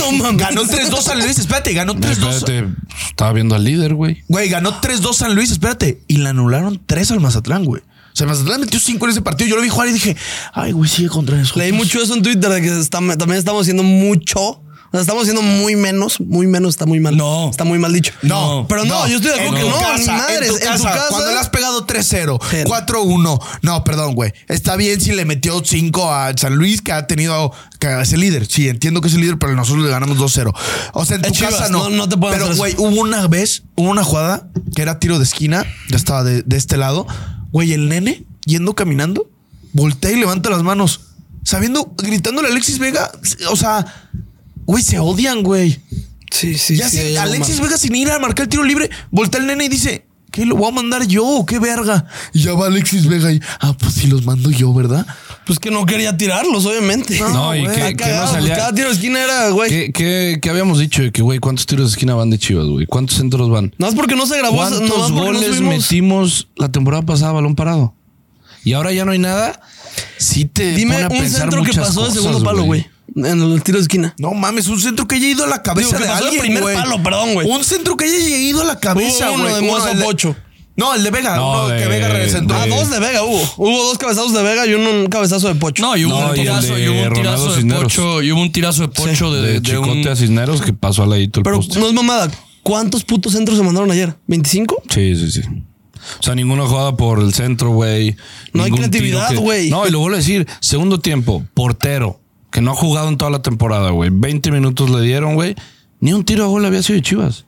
Sí, <laughs> no mames.
ganó 3-2 San Luis, espérate, ganó 3-2.
Espérate, estaba viendo al líder, güey.
Güey, ganó 3-2 San Luis, espérate. Y le anularon 3 al Mazatlán, güey. O sea, Mazatlán metió 5 en ese partido. Yo lo vi jugar y dije, ay, güey, sigue contra eso.
Leí mucho eso en Twitter de que está- también estamos haciendo mucho. O sea, estamos haciendo muy menos. Muy menos está muy mal.
No.
Está muy mal dicho.
No,
Pero no, yo estoy de acuerdo
en
que
tu
no,
casa,
ni madres.
En tu casa, cuando le has pegado 3-0,
Pero-
4-1. No, perdón, güey. Está bien si le metió 5 a San Luis, que ha tenido que es el líder. Sí, entiendo que es el líder, pero nosotros le ganamos 2-0. O sea, en
Eh,
tu
Chivas,
casa no.
no- no te pueden
pero,
hacer
güey,
eso.
hubo una vez, hubo una jugada que era tiro de esquina, ya estaba de, de este lado. Güey, el nene yendo caminando, voltea y levanta las manos. Sabiendo, gritándole a Alexis Vega, o sea, güey, se odian, güey.
Sí, sí,
Ya si Alexis Vega sin ir a marcar el tiro libre, voltea el nene y dice, ¿qué lo voy a mandar yo? o ¿Qué verga? Y ya va Alexis Vega y, ah, pues si los mando yo, ¿verdad?
Pues que no quería tirarlos, obviamente.
No, y
güey,
que-
la
que no
cagada, pues,
salía-
Cada tiro de esquina era, güey. <laughs>
¿Qué, qué, qué habíamos dicho? De que, güey, ¿cuántos tiros de esquina van de Chivas, güey? ¿Cuántos centros van?
No es porque no se grabó.
¿Cuántos
no, más porque no
goles
subimos.
metimos la temporada pasada a balón parado? Y ahora ya no hay nada. Sí te pone
Dime un
a pensar
centro que
muchas
pasó de
cosas,
segundo palo, güey. En el tiro de esquina.
No mames, un centro que haya ido a la cabeza
Digo, que
de
pasó de
alguien,
primer
güey.
palo, perdón, güey.
Un centro que haya ido a la cabeza,
Hubo
güey.
uno de Mozo
el de-
Pocho.
No, el de Vega.
No,
uno que
de-
Vega regresó.
Ah, dos de Vega hubo. Hubo dos cabezazos de Vega y uno un cabezazo de Pocho.
No, y hubo
No,
un
y el
tirazo,
de
y hubo un
Ronaldo
tirazo de
Cisneros.
pocho, y hubo un tirazo de pocho de,
De,
de
Chicote
un...
a Cisneros que pasó al ladito el
Pero
poste.
no es mamada. ¿Cuántos putos centros se mandaron ayer? ¿25?
Sí, sí, sí. O sea, ninguna jugada por el centro, güey.
No hay
Ningún tiro
creatividad,
que-
güey.
No, y lo vuelvo a decir, segundo tiempo, portero, que no ha jugado en toda la temporada, güey. 20 minutos le dieron, güey. Ni un tiro a gol había sido de Chivas.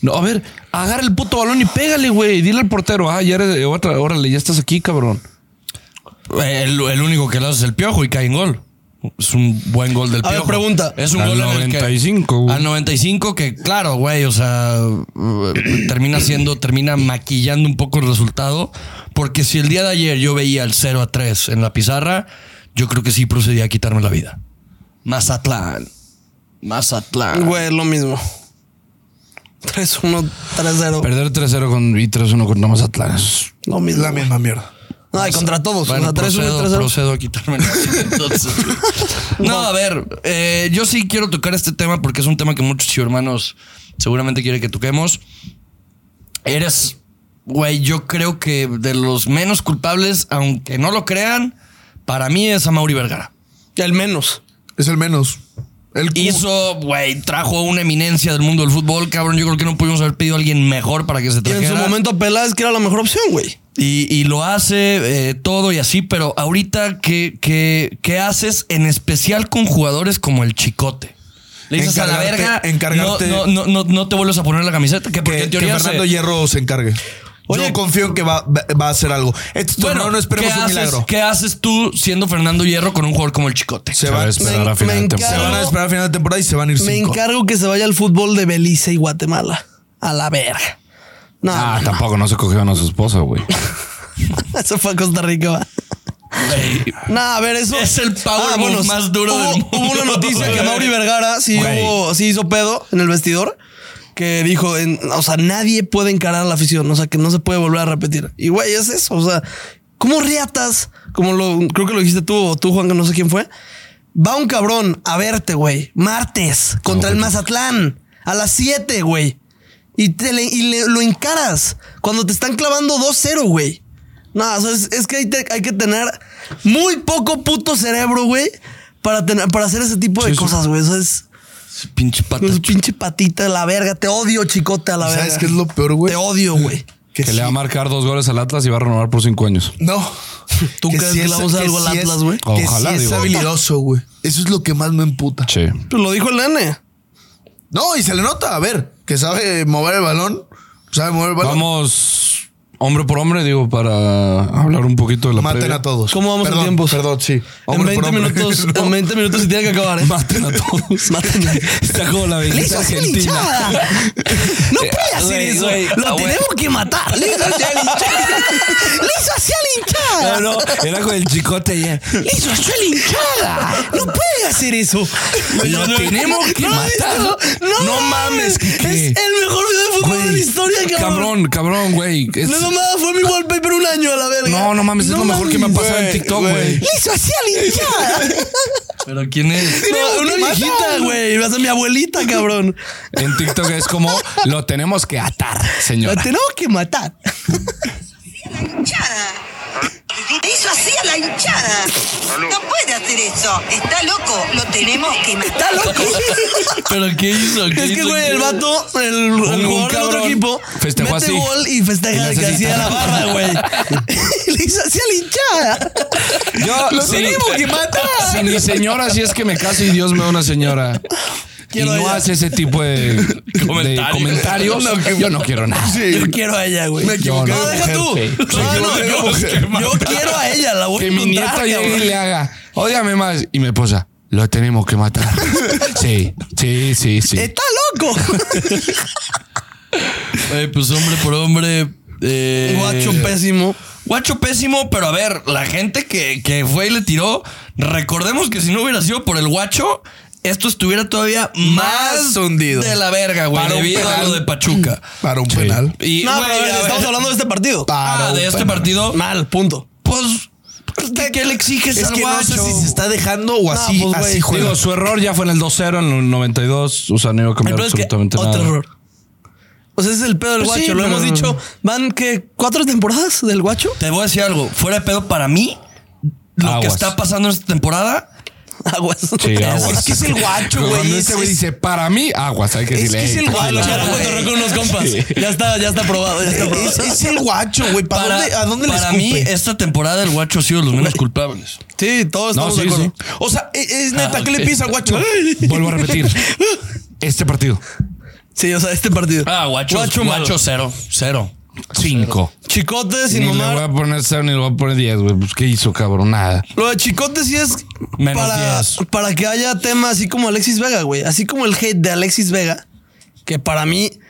No, a ver, agarra el puto balón y pégale, güey. Dile al portero, ah, ya eres, otra, órale, ya estás aquí, cabrón.
El, el único que lo hace es el piojo y cae en gol. Es un buen gol del
A ver,
piojo.
pregunta.
Es un
Al
gol en el que-
95, güey.
al 95 que, claro, güey, o sea, eh, termina siendo, termina maquillando un poco el resultado. Porque si el día de ayer yo veía el 0 a 3 en la pizarra, yo creo que sí procedía a quitarme la vida. Mazatlán. Mazatlán.
Güey, es lo mismo. 3-1, 3-0.
Perder 3-0 con, y 3-1 con Mazatlán. es-
Lo mismo.
La misma mierda.
No, y contra todos.
Bueno,
o sea, 3-1 y
procedo,
3-0.
procedo a quitarme la vida,
<laughs>
entonces. no, a ver, eh, yo sí quiero tocar este tema porque es un tema que muchos hermanos seguramente quieren que toquemos. Eres, güey, yo creo que de los menos culpables, aunque no lo crean, para mí es a Mauri Vergara.
El menos.
Es el menos. El cu-
Hizo, güey, trajo una eminencia del mundo del fútbol, cabrón. Yo creo que no pudimos haber pedido a alguien mejor para que se
Y
trajera.
en su momento a Peláez, que era la mejor opción, güey.
Y, y lo hace eh, todo y así, pero ahorita, ¿qué, qué, qué haces en especial con jugadores como el Chicote? Le dices a la
Encargarte-
verga,
encargarte-
no, no, no, no, no te vuelves a poner la camiseta. Que porque
que,
en
que
teoría
Fernando
se-
Hierro se encargue.
Oye,
Yo confío en que va, va- va a hacer algo. Este
Bueno,
torneo no
¿qué,
esperemos un
haces,
milagro.
¿qué haces tú siendo Fernando Hierro con un jugador como el Chicote?
Se,
Se va a
van, se
esperar
me-
a final
me
de
encanta-
temporada.
van a esperar a final de temporada y se van a ir
Me
cinco.
encargo que se vaya al fútbol de Belice y Guatemala. A la verga. No, <laughs>
Ah,
no,
tampoco no se cogieron a su esposa,
<laughs>
güey.
eso fue a Costa Rica, va.
Güey,
No, a ver, eso.
Es el power move más duro
hubo,
del mundo,
Hubo una noticia que
güey.
Mauri Vergara sí,
Güey.
hubo- sí hizo pedo en el vestidor. Que dijo, en- o sea, nadie puede encarar a la afición. O sea, que no se puede volver a repetir. Y güey, es eso. O sea, ¿cómo riatas? Como lo, creo que lo dijiste tú o tú, Juan, que no sé quién fue. Va un cabrón a verte, güey. Martes contra el Mazatlán. A las 7, güey. Y, te le- y le- lo encaras cuando te están clavando 2-0, güey. No, o sea, es, es que hay, te- hay que tener muy poco puto cerebro, güey, para, tener, para hacer ese tipo de cosas, güey. Eso es
su pinche pata.
es pinche patita de la verga. Te odio, chicote, a la verga.
¿Sabes qué es lo peor, güey?
Te odio, güey.
Que le va a marcar dos goles al Atlas y va a renovar por cinco años.
No.
¿Tú crees
sí
que le
es-
vamos a algo al
sí es-
Atlas, güey?
Que
Ojalá,
sí es
digo.
habilidoso, güey. Eso es lo que más me emputa.
Che.
Pues lo dijo el nene.
No, y se le nota, a ver, que sabe mover el balón. Sabe mover el balón.
Vamos hombre por hombre, digo, para hablar un poquito de la
Maten
previa.
a todos.
¿Cómo vamos en
perdón,
tiempos?
Perdón, sí.
en
Hombre por
20
hombre.
minutos,
<laughs> No.
en 20 minutos se tiene que acabar, ¿eh?
Maten a
<laughs>
todos.
Maten a-
<laughs> Está como la
¡Le
belleza
hizo así
argentina. Eh,
linchada!
<laughs>
¡No puede hacer
Güey,
eso!
güey,
¡Lo
ah, güey.
tenemos que matar! ¡Le hizo así a linchada! ¡Le hizo así a linchada!
No, no, era con el
<laughs>
chicote ya.
¡Le hizo así a linchada! ¡No puede hacer eso!
Lo tenemos que
¿No has
matar.
visto? ¡No,
No
Es
mames,
el
Quique.
mejor video de fútbol de la
Güey,
historia, cabrón.
Cabrón, cabrón, güey. Es- Ah.
No mamada, fue mi wallpaper un año a la verga.
No, no mames, es lo mejor que me ha pasado en
güey,
TikTok,
güey.
güey.
¡Le hizo así
<laughs>
a linchada!
Pero ¿quién es?
No, una viejita, güey. Vas a mi abuelita, cabrón.
En TikTok es como lo tenemos que atar,
La
señora.
tenemos que matar.
la hinchada.
¿Ah?
Le hizo así a la hinchada. No puede hacer eso. Está loco. Lo tenemos que matar.
Está loco.
¿Pero qué hizo? ¿Qué
Es que,
hizo?
güey, el vato, el, el
un
jugador del otro
cabrón
equipo,
festejó
mete
así.
gol y festeja
Y
de que
hace así.
hacía la barra, güey. <laughs> Le hizo así a la hinchada.
Yo
Lo
sí.
tenemos que
<laughs>
matar.
Si mi señora, si es que me caso y Dios me da una señora.
Quiero
y no
ella.
hace ese tipo de, de comentarios. yo no quiero nada.
Yo quiero a ella, güey.
Me equivoqué
No,
de
deja
mujer,
tú.
sí.
No, no,
Me
yo,
equivoqué de
yo quiero a ella, la voy a
Que mi
encontrar,
nieto llegue y
cabrón.
le haga, ódiame más. Y mi esposa, lo tenemos que matar. Sí, sí, sí, sí.
Está loco.
Güey, pues hombre por hombre. eh,
Guacho pésimo.
Guacho pésimo, pero a ver, la gente que, que fue y le tiró, recordemos que si no hubiera sido por el guacho, esto estuviera todavía más,
Más hundido.
de la verga, güey.
Para un
Debido a lo
penal.
de Pachuca.
Para un penal.
Y,
No,
güey,
pero a ver,
a ver,
estamos hablando de este partido.
ah, de este partido,
Mal, punto.
pues, ¿qué, qué le exiges
Es
al
que no
guacho?
sé si se está dejando o así,
pues, güey,
así juega.
Digo, su error ya fue en el 2-0, en el 92. O sea, no iba a
El
cambiar
pedo es que
absolutamente
otro
nada.
error. O sea, ese es el pedo del
Pues sí,
guacho. Lo
pero-
hemos dicho. Van que cuatro temporadas del guacho. <laughs>
Te voy a decir algo, fuera de pedo, para mí, lo que
Aguas.
está pasando en esta temporada
Aguas. <laughs>
Sí, aguas.
es que es el guacho,
Cuando
güey.
este
es-
güey
es-
dice, para mí, aguas, hay que
Es
decirle.
que es
"Ey,
el guacho.
tranquilo".
Ya lo encontré con unos compas. Ya está, ya está probado. Ya está probado.
Es, es el guacho, güey. ¿Para
para
dónde, ¿A dónde le
para
escupe?
eh,
mí, esta temporada el guacho ha sido los menos culpables.
Sí, todos estamos
sí,
de acuerdo. e,
O sea, es, es neta,
Ah,
¿qué
ok.
le
<laughs>
piensas, guacho?
Vuelvo a repetir. Este partido.
Sí, o sea, este partido.
Ah, guacho. Guacho,
malo.
cero. Cero.
5.
Chicote
Ni
sin
le voy
mamar.
a poner 0 ni le voy a poner 10, güey. Pues, ¿qué hizo, cabrón? Nada.
Lo de Chicote sí es
Menos
para,
10.
para que haya tema así como Alexis Vega, güey. Así como el hate de Alexis Vega, que para mí. <sighs>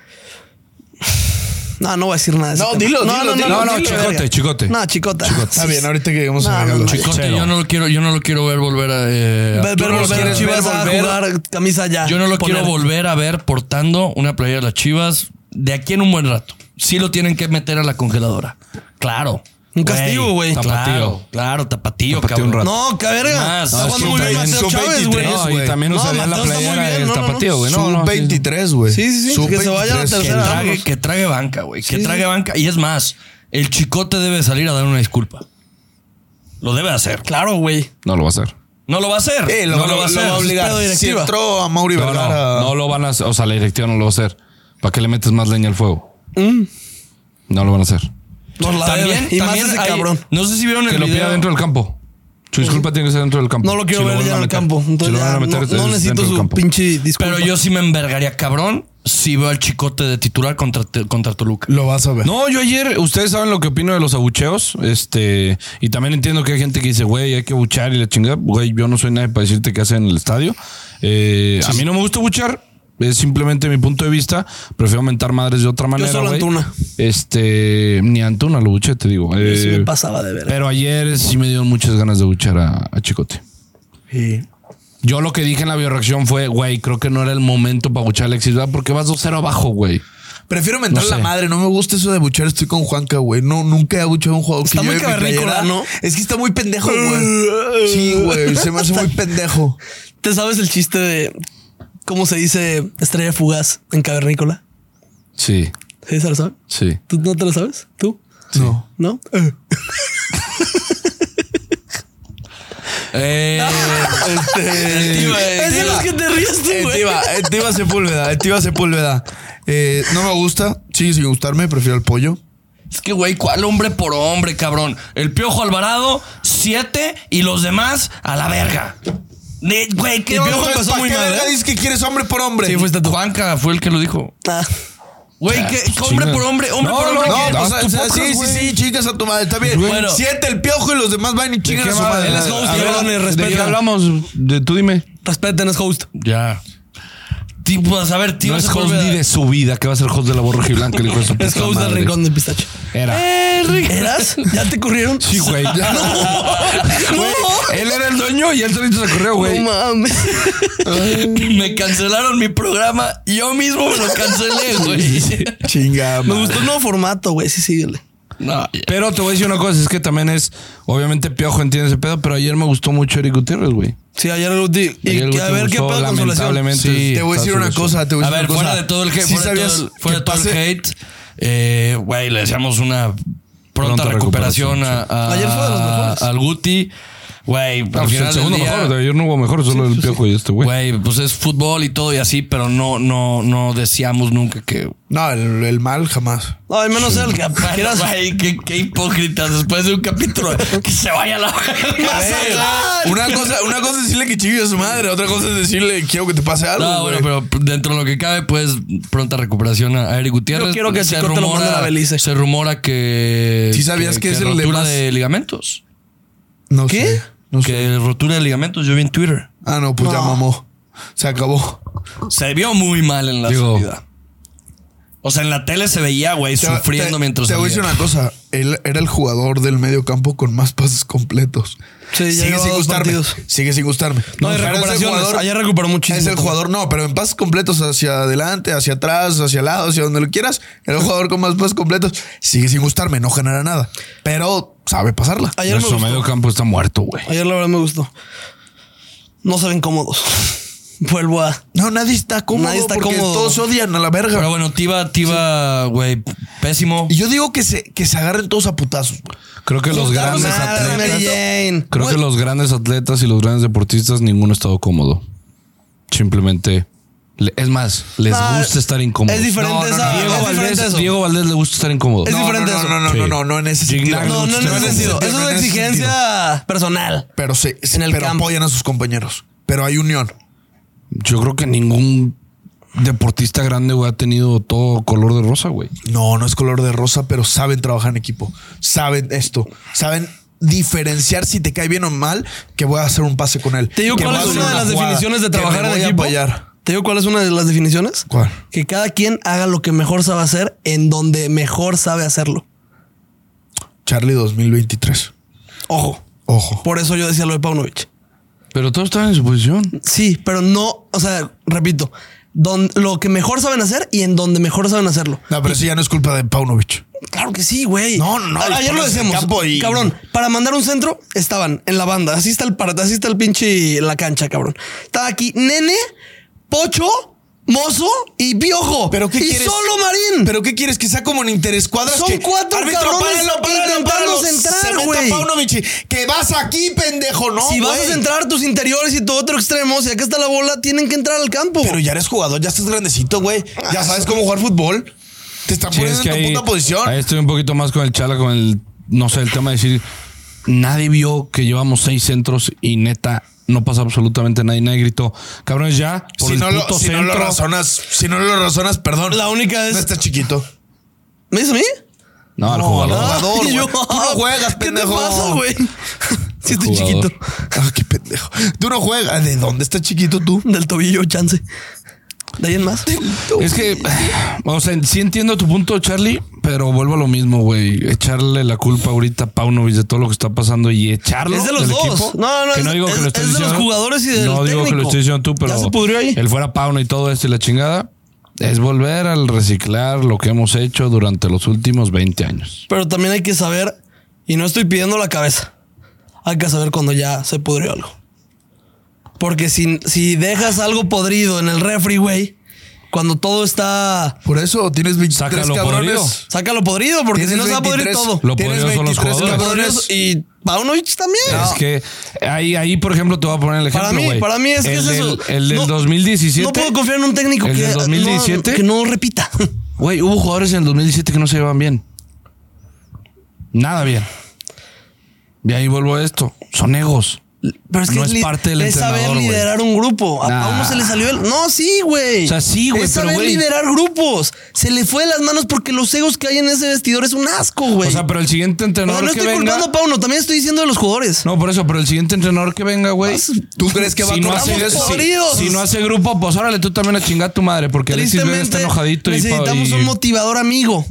No, no voy a decir nada. de ese
No,
tema.
dilo,
no,
dilo,
no,
dilo,
no,
no,
no,
no, chicote,
verga.
chicote.
No, chicota.
Está bien, ahorita que lleguemos a
No,
verlo.
no,
Chico.
Corte,
Cero.
yo no lo quiero, yo no lo quiero ver volver a. eh,
Ver,
yo
ver
no lo
volver a
quiero-
Chivas a
volver.
jugar camisa ya.
yo no lo quiero
Poner-
volver a ver portando una playera de las Chivas de aquí en un buen rato. Sí lo tienen que meter a la congeladora. Claro.
Un castigo, güey.
Claro,
Tapatío.
claro, tapatío,
Tapatío
cabrón.
un rato.
No, que verga.
Más.
está
No,
jugando
sí,
muy bien
traen
Mateo
sub
Chávez,
23,
güey.
Tres,
No,
güey.
y también
No,
usarían la
Mateo está muy
playera
bien,
del
no, no, no.
tapatío, güey. No,
Sub
no, sí.
23, güey.
Sí, sí, sí,
Sub
que se vaya a la
23.
Que
tercera.
trague,
vamos.
que trague banca, güey. Que trague banca. Y es más, el chicote debe salir a dar una disculpa. Lo debe hacer.
Claro, güey.
No lo va a hacer.
No lo va a hacer.
Eh, lo,
no
lo va a
Pedo
obligar. Si
directiva.
entró a Mauri
No, no,
Vergara.
no lo van a hacer. O sea, la directiva no lo va a hacer. ¿Para qué le metes más leña al fuego?
Mm.
No lo van a hacer.
Nos la
También,
debe. Y más
también
ese
hay-
cabrón.
No sé si vieron
Que
el
lo
video.
pida dentro del campo. Su disculpa tiene que ser dentro del campo.
No lo quiero
Si
ver
vuelven
ya
a
en el
meter.
campo.
Si
Entonces
lo
ya
van a meter,
no,
es
no
dentro
necesito
del
su
campo.
pinche disculpa.
pero yo sí me envergaría cabrón si veo al chicote de titular contra, contra Toluca.
Lo vas a ver.
No, yo ayer, ustedes saben lo que opino de los abucheos, este, y también entiendo que hay gente que dice, güey, hay que abuchar y la chingada, güey, yo no soy nadie para decirte qué hacen en el estadio. Eh, a mí no me gusta abuchar, es simplemente mi punto de vista, prefiero mentar madres de otra manera,
solo
güey.
Antuna.
Este, ni a Antuna lo abuché, te digo.
Yo sí
Eh,
me pasaba de ver.
pero ayer sí me dieron muchas ganas de abuchar a, a Chicote.
Sí.
Yo lo que dije en la bioreacción fue, güey, creo que no era el momento para abuchar a Alexis, ¿verdad? Porque vas 2-0 abajo, güey.
Prefiero mentar
No
la
sé.
madre. No me gusta eso de buchar. Estoy con Juanca, güey. No, nunca he abuchado a un jugador
Está
que
muy
lleve mi
cavernícola,
playera.
¿no?
Es que está muy pendejo, güey. Sí, güey. Se me hace muy pendejo.
¿Te sabes el chiste de cómo se dice estrella fugaz en cavernícola?
Sí,
¿Sí se lo sabe?
sí.
¿Tú no te lo sabes? ¿Tú?
No.
¿No?
Eh,
Este...
Es de los que te ríes tú,
Eh,
güey.
Tiva, eh, Tiva Sepúlveda, eh, Tiva Sepúlveda. Eh, no me gusta, sigue sin gustarme, prefiero el pollo.
es que, güey, ¿cuál hombre por hombre, cabrón? El Piojo Alvarado, siete, y los demás a la verga. Ne- Güey, ¿qué
El Piojo
hombre
empezó
pa'
muy
qué
mal,
verga
¿eh?
dice?
dices que quieres hombre por hombre?
Sí, fuiste tú. Juanca fue el que lo dijo.
Ah, Güey, que
pues,
hombre
chinga.
por hombre, hombre
No,
por
no,
hombre.
no,
que-
o sea,
tu
o sea,
podcast,
sí, sí,
güey.
sí, chicas a tu madre, está bien.
Bueno.
Siete el piojo y los demás van y chingan a su madre.
Él es host, cabrones,
¿De qué
respeten.
hablamos? De, tú dime.
Respeten, es host.
Ya.
Tipo, a ver, tío,
No
se
es host
vuelve a-
ni de su vida, que va a ser host de la borra blanca, el hijo de su
<laughs> Es
puta
host del
madre.
rincón de pistacho.
Era.
¿Eras? ¿Ya te corrieron?
Sí, güey.
<laughs>
ya.
no,
Él era el dueño y él solito se corrió,
no
güey.
mames. me cancelaron mi programa. Yo mismo me lo cancelé, güey.
Chinga,
Me gustó el nuevo formato, güey. Sí, síguele.
No,
Pero te voy a decir una cosa, es que también es, obviamente Piojo entiende ese pedo, pero ayer me gustó mucho Eric Gutiérrez, güey.
Sí, ayer lo di. Y
Ayer
que, a
Guti
ver qué pedo con
gustó,
consolación.
lamentablemente,
Sí,
Te voy a
está
decir una
solución.
cosa, te voy a
A
decir
ver,
una cosa.
fuera de todo el hate,
¿Sí
fuera de
sabías
todo el, fuera
que
de todo el
pase-
hate, eh, güey, le deseamos una pronta,
Pronta
recuperación,
recuperación,
a, a-
Ayer fue de los mejores.
al Guti. Güey,
Ah,
al
pues
final
el segundo
del día,
mejor, de ayer no hubo mejor, solo el Piojo y este güey.
Güey, pues es fútbol y todo y así, pero no, no, no deseamos nunca que.
No, el, el mal jamás.
No, al menos el que
<laughs>
quieras.
Güey, qué, qué hipócritas después de un capítulo. Que se vaya la.
Una cosa, una cosa es decirle que chingue a su madre, otra cosa es decirle quiero que te pase algo.
No,
güey.
bueno, pero dentro de lo que cabe, pues pronta recuperación a a Eric Gutiérrez.
Yo quiero que Chico te lo mande a la Belice.
Se rumora que.
¿Sí sabías que es el de
rotura
más-
de ligamentos?
No
¿Qué?
sé.
que rotura de ligamentos, yo vi en Twitter.
Ah, no, pues ya mamó. Se acabó.
Se vio muy mal en la
Digo-
salida. O sea, en la tele se veía, güey,
Te-
sufriendo
te-
mientras
Te voy a decir
salía.
una cosa. Él era el jugador del medio campo con más pases completos.
Sí, ya
sigue
llevaba
sin
dos
gustarme.
partidos.
Sigue sin gustarme.
No, y
pero es el
recuperaciones. Ayer recuperó muchísimo
Es el
también.
jugador, no, pero en pases completos hacia adelante, hacia atrás, hacia el lado, hacia donde lo quieras. Era el jugador con más pases completos. Sigue sin gustarme, no genera nada. Pero sabe pasarla.
Ayer me
Nuestro
gustó.
medio campo está muerto, güey.
Ayer la verdad me gustó. No se ven cómodos. Vuelvo a.
No, nadie está cómodo
Nadie está
porque
cómodo.
todos odian a la verga.
Pero bueno, Tiba, Tiba, güey, pésimo.
y yo digo que se, que se agarren todos a putazos. güey.
Creo que los grandes
Nada, Mary
atletas,
Jane.
creo que los grandes atletas y los grandes deportistas ninguno ha estado cómodo. Simplemente le- es más, les
No,
gusta estar incómodos.
Es diferente
No, no,
esa-
Ah, no,
es
Diego
diferente eso.
Diego Valdés le gusta estar incómodo.
Es diferente
no,
eso.
no, no, no,
Sí.
no, no, no en ese sentido.
Gignac
No, no en
Pero
ese
en ese
sentido.
pero
Eso es
en
una
ese sentido.
exigencia personal.
Pero se,
En el
pero
campo.
apoyan a sus compañeros. Pero hay unión.
Yo creo que ningún deportista grande, güey, ha tenido todo color de rosa, güey.
No, no es color de rosa, pero saben trabajar en equipo. Saben esto. Saben diferenciar si te cae bien o mal que voy a hacer un pase con él.
Te digo
Que
cuál
voy a
es
hacer
una de las
jugada,
definiciones de
que me
trabajar en
voy a
equipo.
apoyar.
Te digo cuál es una de las definiciones.
¿Cuál?
Que cada quien haga lo que mejor sabe hacer en donde mejor sabe hacerlo.
Charlie 2023.
Ojo.
Ojo.
Por eso yo decía lo de Paunovic.
Pero todos estaban en su posición.
Sí, pero no, o sea, repito, don- lo que mejor saben hacer y en donde mejor saben hacerlo.
No, pero eso ya no es culpa de Paunovic.
Claro que sí, güey.
No, no, no,
A-
y
Ayer lo
pones el
decíamos.
campo y-
Cabrón, para mandar un centro estaban en la banda. Así está el par- así está el pinche la cancha, cabrón. Estaba aquí Nene, Pocho, Mozo y Piojo.
¿Pero qué
y
quieres?
solo Marín.
¿Pero qué quieres? Que sea como en interescuadras.
Son
que,
cuatro
árbitro,
cabrones
páralo, páralo,
intentando
páralo.
centrar,
Se mete
güey.
Paunovic y, Que vas aquí, pendejo, ¿no?
si vas
güey?
a centrar tus interiores y tu otro extremo, si acá está la bola, tienen que entrar al campo.
Pero ya eres jugador, ya estás grandecito, güey. Ya sabes cómo jugar fútbol. Te están
Sí,
poniendo
es que
en tu
ahí,
puta posición.
ahí estoy un poquito más con el chala, con el, no sé, el tema de decir, nadie vio que llevamos seis centros y neta, no pasa absolutamente nadie, nadie gritó, cabrones ya, por
si
el
no, lo,
puto
si no
centro.
lo razonas, si no lo razonas, perdón.
La única es-
No estás chiquito.
¿Me dices a mí?
no, al
No,
jugador.
no. Jugador,
<laughs> Ay,
güey. Tú no juegas, pendejo.
¿Qué te pasa, güey? <laughs> Sí, estoy
Jugador.
chiquito.
Ah, qué pendejo. Tú no juegas. ¿De dónde estás chiquito tú?
Del tobillo, chance. ¿De ahí en más?
Es que, o sea, sí entiendo tu punto, Charlie, pero vuelvo a lo mismo, güey. Echarle la culpa ahorita a Paunovic de todo lo que está pasando y echarlo.
Es de los
del
dos.
equipo,
No, no,
que
es-
no digo que
es-
lo estés
es de los
diciendo-
jugadores y del
No digo que
técnico.
lo estés diciendo tú,
Ya
pero.
se pudrió ahí.
El fuera Pauno y todo esto y la chingada. Es volver al reciclar lo que hemos hecho durante los últimos 20 años.
Pero también hay que saber, y no estoy pidiendo la cabeza, hay que saber cuando ya se pudrió algo. Porque si, si dejas algo podrido en el refri, güey, cuando todo está...
Por eso tienes 23
Sácalo
cabrones.
podrido.
Sácalo podrido, porque si no se va a podrir todo.
Lo
tienes
podrido son los
23
jugadores.
cabrones y
Y Paunovic también.
Es que ahí, ahí, por ejemplo, te voy a poner el ejemplo.
para mí,
güey.
para mí es que
El
es eso.
del- El del
No-
2017.
No puedo confiar en un técnico
el
que,
del
no-
2017.
que no repita. <laughs>
Güey, hubo jugadores en el 2017 que no se llevaban bien. Nada bien. Y ahí vuelvo a esto. Son egos.
Pero es que
No es
li-
parte del
es saber
entrenador, güey.
liderar un grupo. A
Nah.
Pauno se le salió el. No, sí, güey.
O sea, sí, güey,
Es
pero,
saber
güey.
liderar grupos. Se le fue de las manos porque los egos que hay en ese vestidor es un asco, güey.
O sea, pero el siguiente
no,
entrenador
no
que
estoy
venga.
culpando a Pauno, también estoy diciendo de los jugadores.
No, por eso, pero el siguiente entrenador que venga, güey.
¿Tú crees que va
Si
a
no,
corregir
hace,
Estamos
eso?
si-
podridos.
si no hace grupo, pues órale tú también a chingar a tu madre, porque Alexis Vega está enojadito y, pa-
necesitamos
y-
un motivador amigo.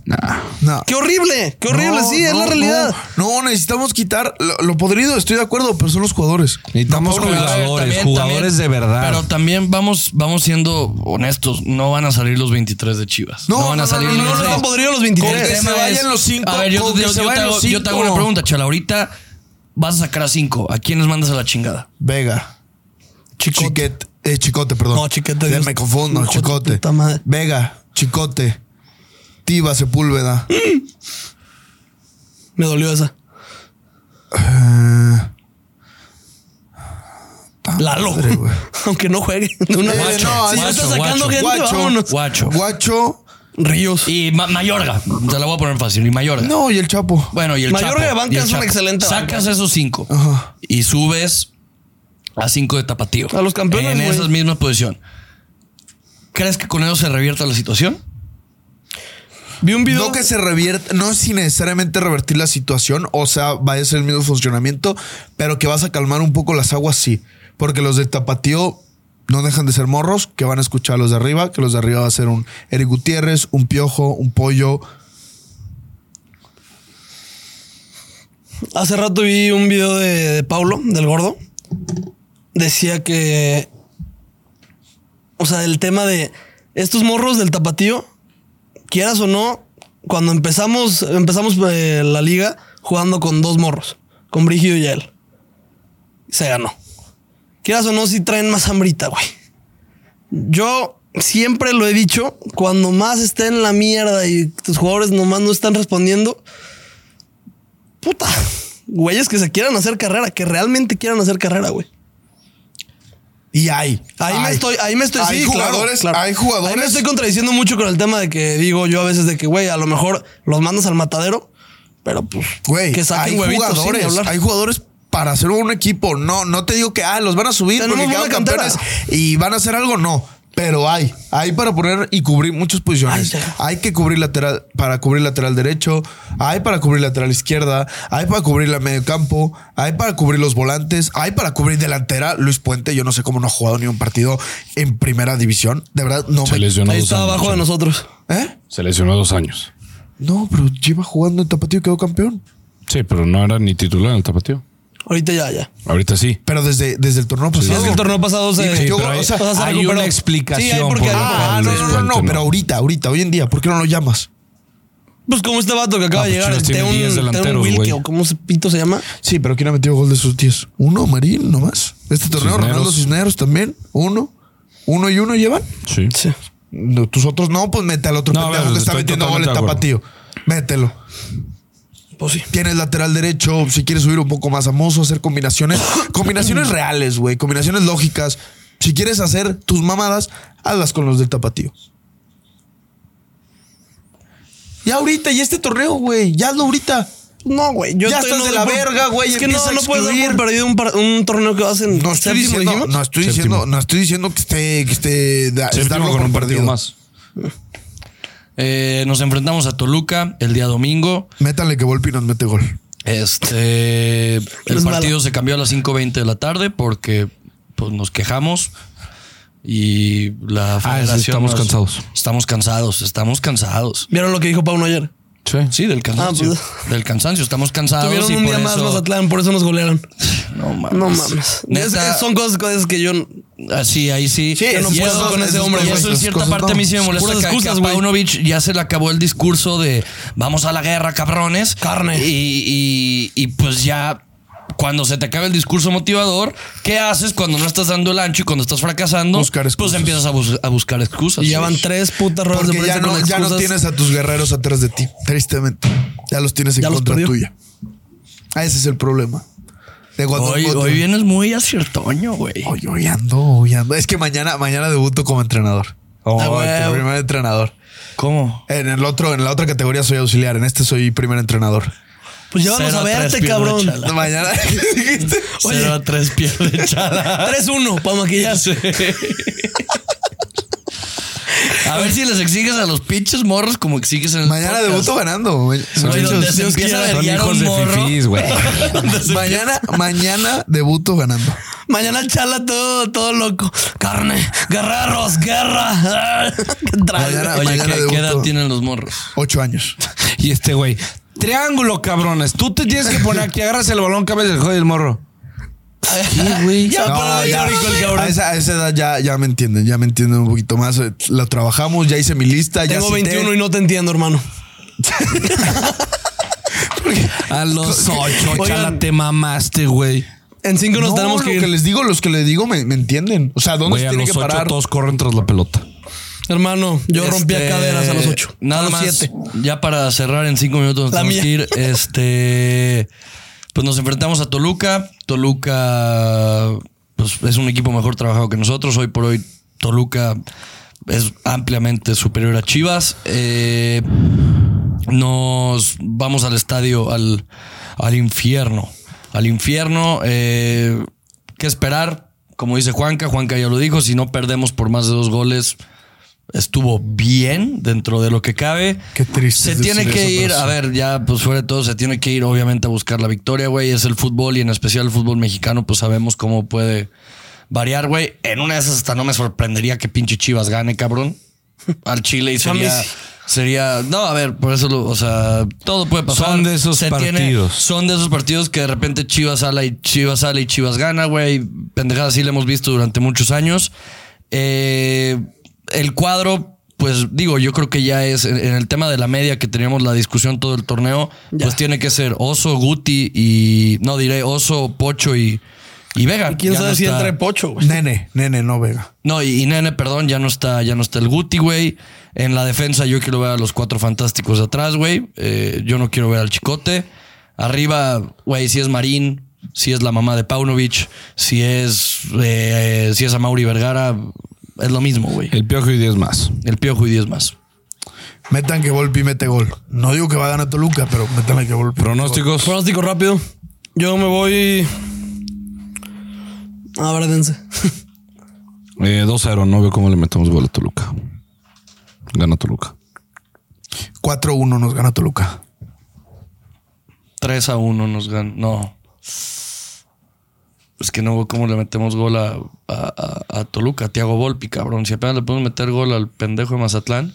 No.
Qué horrible, qué horrible,
No,
sí, es
no,
la realidad.
No, no, necesitamos quitar lo, lo podrido, estoy de acuerdo, pero son los jugadores.
necesitamos
Pero, a ver,
jugadores,
también-
jugadores
también-
de verdad.
Pero también vamos, vamos siendo honestos, no van a salir los 23 de Chivas. No,
No,
van a
no,
salir
no, no,
los
no, no,
Están
23.
no,
podridos los
El
23.
tema
se vayan
es-
los cinco,
A ver, yo,
con que
yo-
se
yo te
vayan
hago,
los
yo te hago una
cinco.
pregunta, Chala. Ahorita vas a sacar a 5. ¿A quiénes mandas a la chingada?
Vega. Chicote. Chiquete, eh, chicote, perdón.
No, Chiquete,
Ya
Dios.
me confundo,
Hijo de
Chicote.
puta madre.
Vega, Chicote. Tiva Sepúlveda.
Me dolió esa. Lalo.
Eh, madre, güey.
<laughs> Aunque no juegue. De una
Eh,
vez.
no,
si ya está
guacho,
sacando
guacho,
gente,
guacho.
vámonos.
Guacho.
Guacho.
Ríos.
Y Ma- Mayorga. Te la voy a poner fácil. Y Mayorga.
No, y el Chapo.
Bueno, y el
Mayorga
Chapo,
de banca
y el
es una
Chapo.
excelente banca.
Sacas esos cinco y subes a cinco de tapatío.
A los campeones,
En
güey.
esas mismas posición. ¿Crees que con eso se revierta la situación?
Vi un video.
No que se revierte, no si necesariamente revertir la situación, o sea, vaya a ser el mismo funcionamiento, pero que vas a calmar un poco las aguas, sí. Porque los de Tapatío no dejan de ser morros, que van a escuchar a los de arriba, que los de arriba va a ser un Eric Gutiérrez, un Piojo, un Pollo.
Hace rato vi un video de, de Paulo, del gordo. Decía que. O sea, el tema de estos morros del tapatío, quieras o no, cuando empezamos, empezamos eh, la liga jugando con dos morros, con Brígido y él. Se ganó. Quieras o no, si traen más hambrita, güey. Yo siempre lo he dicho, cuando más esté en la mierda y tus jugadores nomás no están respondiendo, puta, güeyes que se quieran hacer carrera, que realmente quieran hacer carrera, güey.
Y hay.
Ahí me
hay.
estoy, ahí me estoy.
Hay
sí, claro,
jugadores,
claro.
hay jugadores.
Ahí me estoy contradiciendo mucho con el tema de que digo yo a veces de que, güey, a lo mejor los mandas al matadero, pero pues,
Güey,
que saquen
hay
huevitos sin
jugadores,
hablar.
hay jugadores para hacer un equipo. No, no te digo que ah, los van a subir
Tenemos
porque quedaron
buena cantera.
campeones y van a hacer algo, no. Pero hay, hay para poner y cubrir muchas posiciones.
Ay, ya.
hay que cubrir lateral, para cubrir lateral derecho, hay para cubrir lateral izquierda, hay para cubrir la medio campo, hay para cubrir los volantes, hay para cubrir delantera. Luis Puente, yo no sé cómo no ha jugado ni un partido en primera división. De verdad, no
se
me.
lesionó
Ahí
dos
está
años.
abajo de nosotros.
¿Eh?
Se lesionó dos años.
No, pero lleva jugando en Tapatío y quedó campeón.
Sí, pero no era ni titular en el tapatío.
Ahorita ya, ya.
Ahorita sí.
Pero desde, desde el torneo pasado.
Es que el torneo pasado se.
Sí,
Sí,
yo-
pero
o
hay,
sea,
o sea, se
hay
recuperó.
una
Sí, hay
explicación.
porque-
por la
Ah,
Ah,
cual
no,
Luis
no, no, no,
Puente
pero ahorita, ahorita, hoy en día, ¿por qué no lo llamas?
Pues como este vato que acaba
Ah,
de
pues
llegar,
Chivas
el
tiene
Teun
10
Teun
delanteros,
Wilke,
güey.
o cómo se- pito se llama.
Sí, pero ¿quién ha metido gol de sus 10? Uno, Marín, nomás. Este torneo,
Cisneros.
Ronaldo Cisneros también. Uno. Uno y uno llevan.
Sí.
Sí.
No, tus otros no, pues mete al otro
No,
pendejo
a ver,
que está
estoy
metiendo gol en
totalmente de
tapatío. Mételo.
Pues sí.
Tienes lateral derecho, si quieres subir un poco más a Mozo, hacer combinaciones. <coughs> combinaciones reales, güey. Combinaciones lógicas. Si quieres hacer tus mamadas, hazlas con los del tapatío. Ya ahorita, ya este torneo, güey. Ya hazlo ahorita.
No, güey. Yo
Ya
estoy
estás
no
de la
doy por-
verga, güey,
Es que no,
empieza a
no puedes dar
excluir.
por perdido un, par- un torneo que vas en.
No estoy
séptimo,
diciendo,
dijimos.
no estoy diciendo, no estoy diciendo que esté, que esté da-
Séptimo
darlo
con
por
un partido
perdido.
más.
Eh, nos enfrentamos a Toluca el día domingo.
Métale que Volpi nos mete gol.
Este el
Es malo.
partido se cambió a las 5.20 de la tarde porque pues, nos quejamos y la federación
Ah, estamos
nos-
cansados.
Estamos cansados, estamos cansados.
¿Vieron lo que dijo Pauno ayer?
Sí, del cansancio.
Ah,
Del cansancio, estamos
Ah,
cansados.
Tuvieron
y
un
por
día más
eso-
Mazatlán, por eso nos golearon.
No mames.
No mames.
Neta,
Es- es- son cosas, cosas que yo.
Así, ahí sí.
Yo no
Y
puedo
eso-
con ese hombre,
Y
güey.
eso en
Esas
cierta
cosas
parte
no.
a mí sí me molesta.
Puras
que-
excusas,
que a
güey.
Paunovic ya se le acabó el discurso de vamos a la guerra, cabrones.
Carne.
Y, y- y, pues ya. Cuando se te acaba el discurso motivador, ¿qué haces cuando no estás dando el ancho y cuando estás fracasando?
Buscar
pues
excusas.
empiezas a, bus- a buscar excusas.
Y ya van
güey.
tres putas ruedas de
Porque
prensa
ya no,
con
ya no
excusas.
tienes a tus guerreros atrás de ti, tristemente. Ya los tienes en
Ya los
contra
perdió.
tuya. Ah, ese es el problema. De cuando-
Hoy,
cuando-
hoy vienes muy aciertoño, güey.
Hoy, hoy ando, hoy ando. Es que mañana, mañana debuto como entrenador.
Ah,
Oh,
güey.
tu primer entrenador.
¿Cómo?
En el otro, en la otra categoría soy auxiliar. En este soy primer entrenador.
Pues llévanos
Cero
a
a tres,
verte,
pierde
cabrón.
Chala.
Mañana.
Oye.
<laughs>
0 a 3
<laughs>
pierde
¿Ah?
chala.
3-1 para maquillarse.
A ver si les exiges a los pinches morros como exiges en el
Mañana
podcast.
debuto ganando. güey.
Oye, donde se
Dios
empieza
quiera.
a
Son
verguiar a un morro.
güey.
Mañana, mañana debuto ganando.
Mañana chala todo, todo loco. Carne, guerreros, guerra. <laughs> ¿Qué traes?
Mañana-
Oye,
mañana
¿qué, qué edad
debuto.
tienen los morros?
Ocho años.
Y este güey. Triángulo, cabrones. Tú te tienes que poner aquí, agarras el balón, cambias el juego del morro.
Ya,
No,
para
ya.
el el cabrón.
A esa, a esa edad ya, ya me entienden, ya me entienden un poquito más. Eh, La trabajamos, ya hice mi lista. ya
Tengo
cité.
21 y no te entiendo, hermano.
A los ocho,
Oigan.
chala, te mamaste, güey.
En 5 nos
No,
tenemos
lo
que
que,
ir.
les digo, los que les digo me, me entienden. O sea, ¿dónde
Güey,
se
a
tiene
los
que
ocho
parar?
todos corren tras la pelota.
Hermano, yo rompía
Este,
caderas a los 8.
Nada
a los
más.
7.
Ya para cerrar en cinco minutos nos
La
tenemos que
mía.
ir. Este. Pues nos enfrentamos a Toluca. Toluca pues, es un equipo mejor trabajado que nosotros. Hoy por hoy, Toluca es ampliamente superior a Chivas. Eh, nos vamos al estadio, al, al infierno. Al infierno, eh, ¿qué esperar? Como dice Juanca, Juanca ya lo dijo, si no perdemos por más de dos goles, estuvo bien dentro de lo que cabe.
Qué triste
Se
es
tiene
decir
que
eso,
ir,
pero
a
sí.
ver, ya pues fuera de todo, se tiene que ir obviamente a buscar la victoria, güey. Es el fútbol y en especial el fútbol mexicano, pues sabemos cómo puede variar, güey. En una de esas hasta no me sorprendería que pinche Chivas gane, cabrón. Al Chile y
A mí
sería...
sí.
Sería, no, a ver, por eso, lo- o sea, todo puede pasar.
Son de esos
tiene-
partidos.
son de esos partidos que de repente Chivas sale y Chivas sale y Chivas gana, güey. Pendejadas así la hemos visto durante muchos años. Eh, el cuadro, pues digo, yo creo que ya es en, en el tema de la media que teníamos la discusión todo el torneo, pues tiene que ser Oso, Guti y no diré Oso, Pocho y, y Vega.
¿Y quién
Ya
sabe
no
si
está-
entre Pocho, güey?
Nene, nene, no Vega.
no, y, y Nene, perdón, ya no está, ya no está el Guti, güey. En la defensa yo quiero ver a los cuatro fantásticos de atrás, güey. Eh, yo no quiero ver al Chicote. Arriba, güey, si es Marín, si es la mamá de Paunovic, si es, eh, si es a Mauri Vergara, es lo mismo, güey.
El piojo y diez más.
El Piojo y 10 más.
Metan que Volpi mete gol. No digo que va a ganar Toluca, pero metan que Volpi.
Pronósticos.
Pronóstico rápido. Yo me voy. A ver, dense.
Eh, 2-0. No veo cómo le metemos gol a Toluca. Gana Toluca.
4-1 nos gana Toluca.
3 a 1 nos ganan. No. Es que no veo cómo le metemos gol a, a- a- a Toluca, a Tiago Volpi, cabrón. Si apenas le podemos meter gol al pendejo de Mazatlán,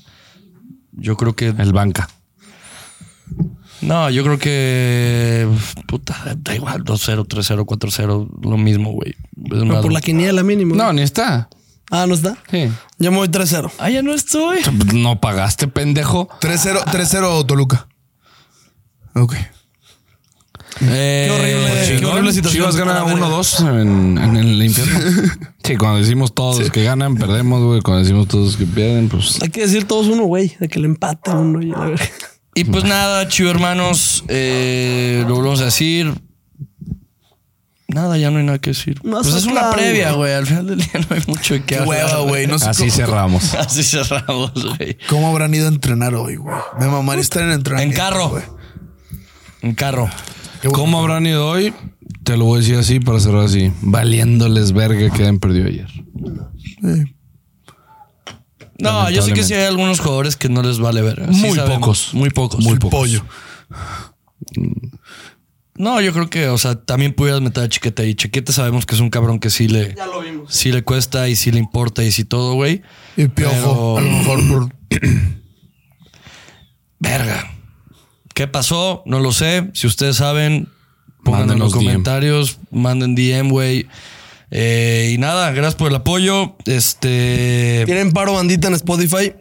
yo creo que
El banca.
No, yo creo que. Puta, da igual, 2-0, 3-0, 4-0, lo mismo, güey. Es más-
Pero por la quiniela mínimo.
No, ni está.
Ah, ¿no está?
Sí.
Yo me voy 3-0.
Ah, ya no estoy.
No pagaste, pendejo.
3-0, 3-0 Toluca. Ok.
Eh,
Qué horrible, qué horrible situación.
Pues Chivas
A
gana
la verga.
1-2 en, en el infierno. sí, cuando decimos todos que ganan, perdemos, güey. Cuando decimos todos que pierden, pues.
Hay que decir todos uno, güey. De que le empate uno. Y la verga.
Y pues nada, chivo hermanos, eh, lo volvemos a decir. Nada, ya no hay nada que decir.
No
pues
haces
es una
nada,
previa,
güey.
güey. Al final del día no hay mucho que
Qué
hablar.
hueva, güey. No sé
Así
cómo,
<laughs>
cerramos.
Así cerramos, güey.
cómo habrán ido a entrenar hoy, güey. Me mamaría estar en
En
entrenamiento.
carro.
güey.
En carro.
Qué bueno.
¿Cómo habrán ido hoy? Te lo voy a decir así para cerrar así. Valiéndoles verga que han perdido ayer.
No, yo sé que sí hay algunos jugadores que no les vale ver. Muy
pocos.
Muy pocos.
Muy
El
pocos.
pollo. No, yo creo que, o sea, también pudieras meter a Chiquete ahí. Chiquete sabemos que es un cabrón que sí le, sí le cuesta y sí le importa y sí todo, güey.
Y piojo.
Pero-
A lo mejor por
Verga. ¿Qué pasó? No lo sé. Si ustedes saben, pongan en
Mándenos
los
DM.
comentarios, manden DM, güey. Eh, y nada, gracias por el apoyo. Este.
Tienen paro bandita en Spotify.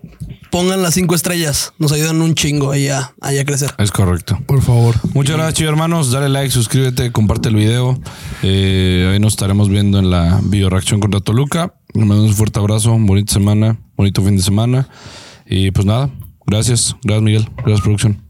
Pongan las cinco estrellas. Nos ayudan un chingo ahí a, ahí a crecer.
Es correcto.
Por favor.
Muchas gracias, chido hermanos. Dale like, suscríbete, comparte el video. Eh, ahí nos estaremos viendo en la videoreacción contra Toluca. Les mando un fuerte abrazo, bonita semana, bonito fin de semana. Y pues nada, gracias. Gracias, Miguel. Gracias, producción.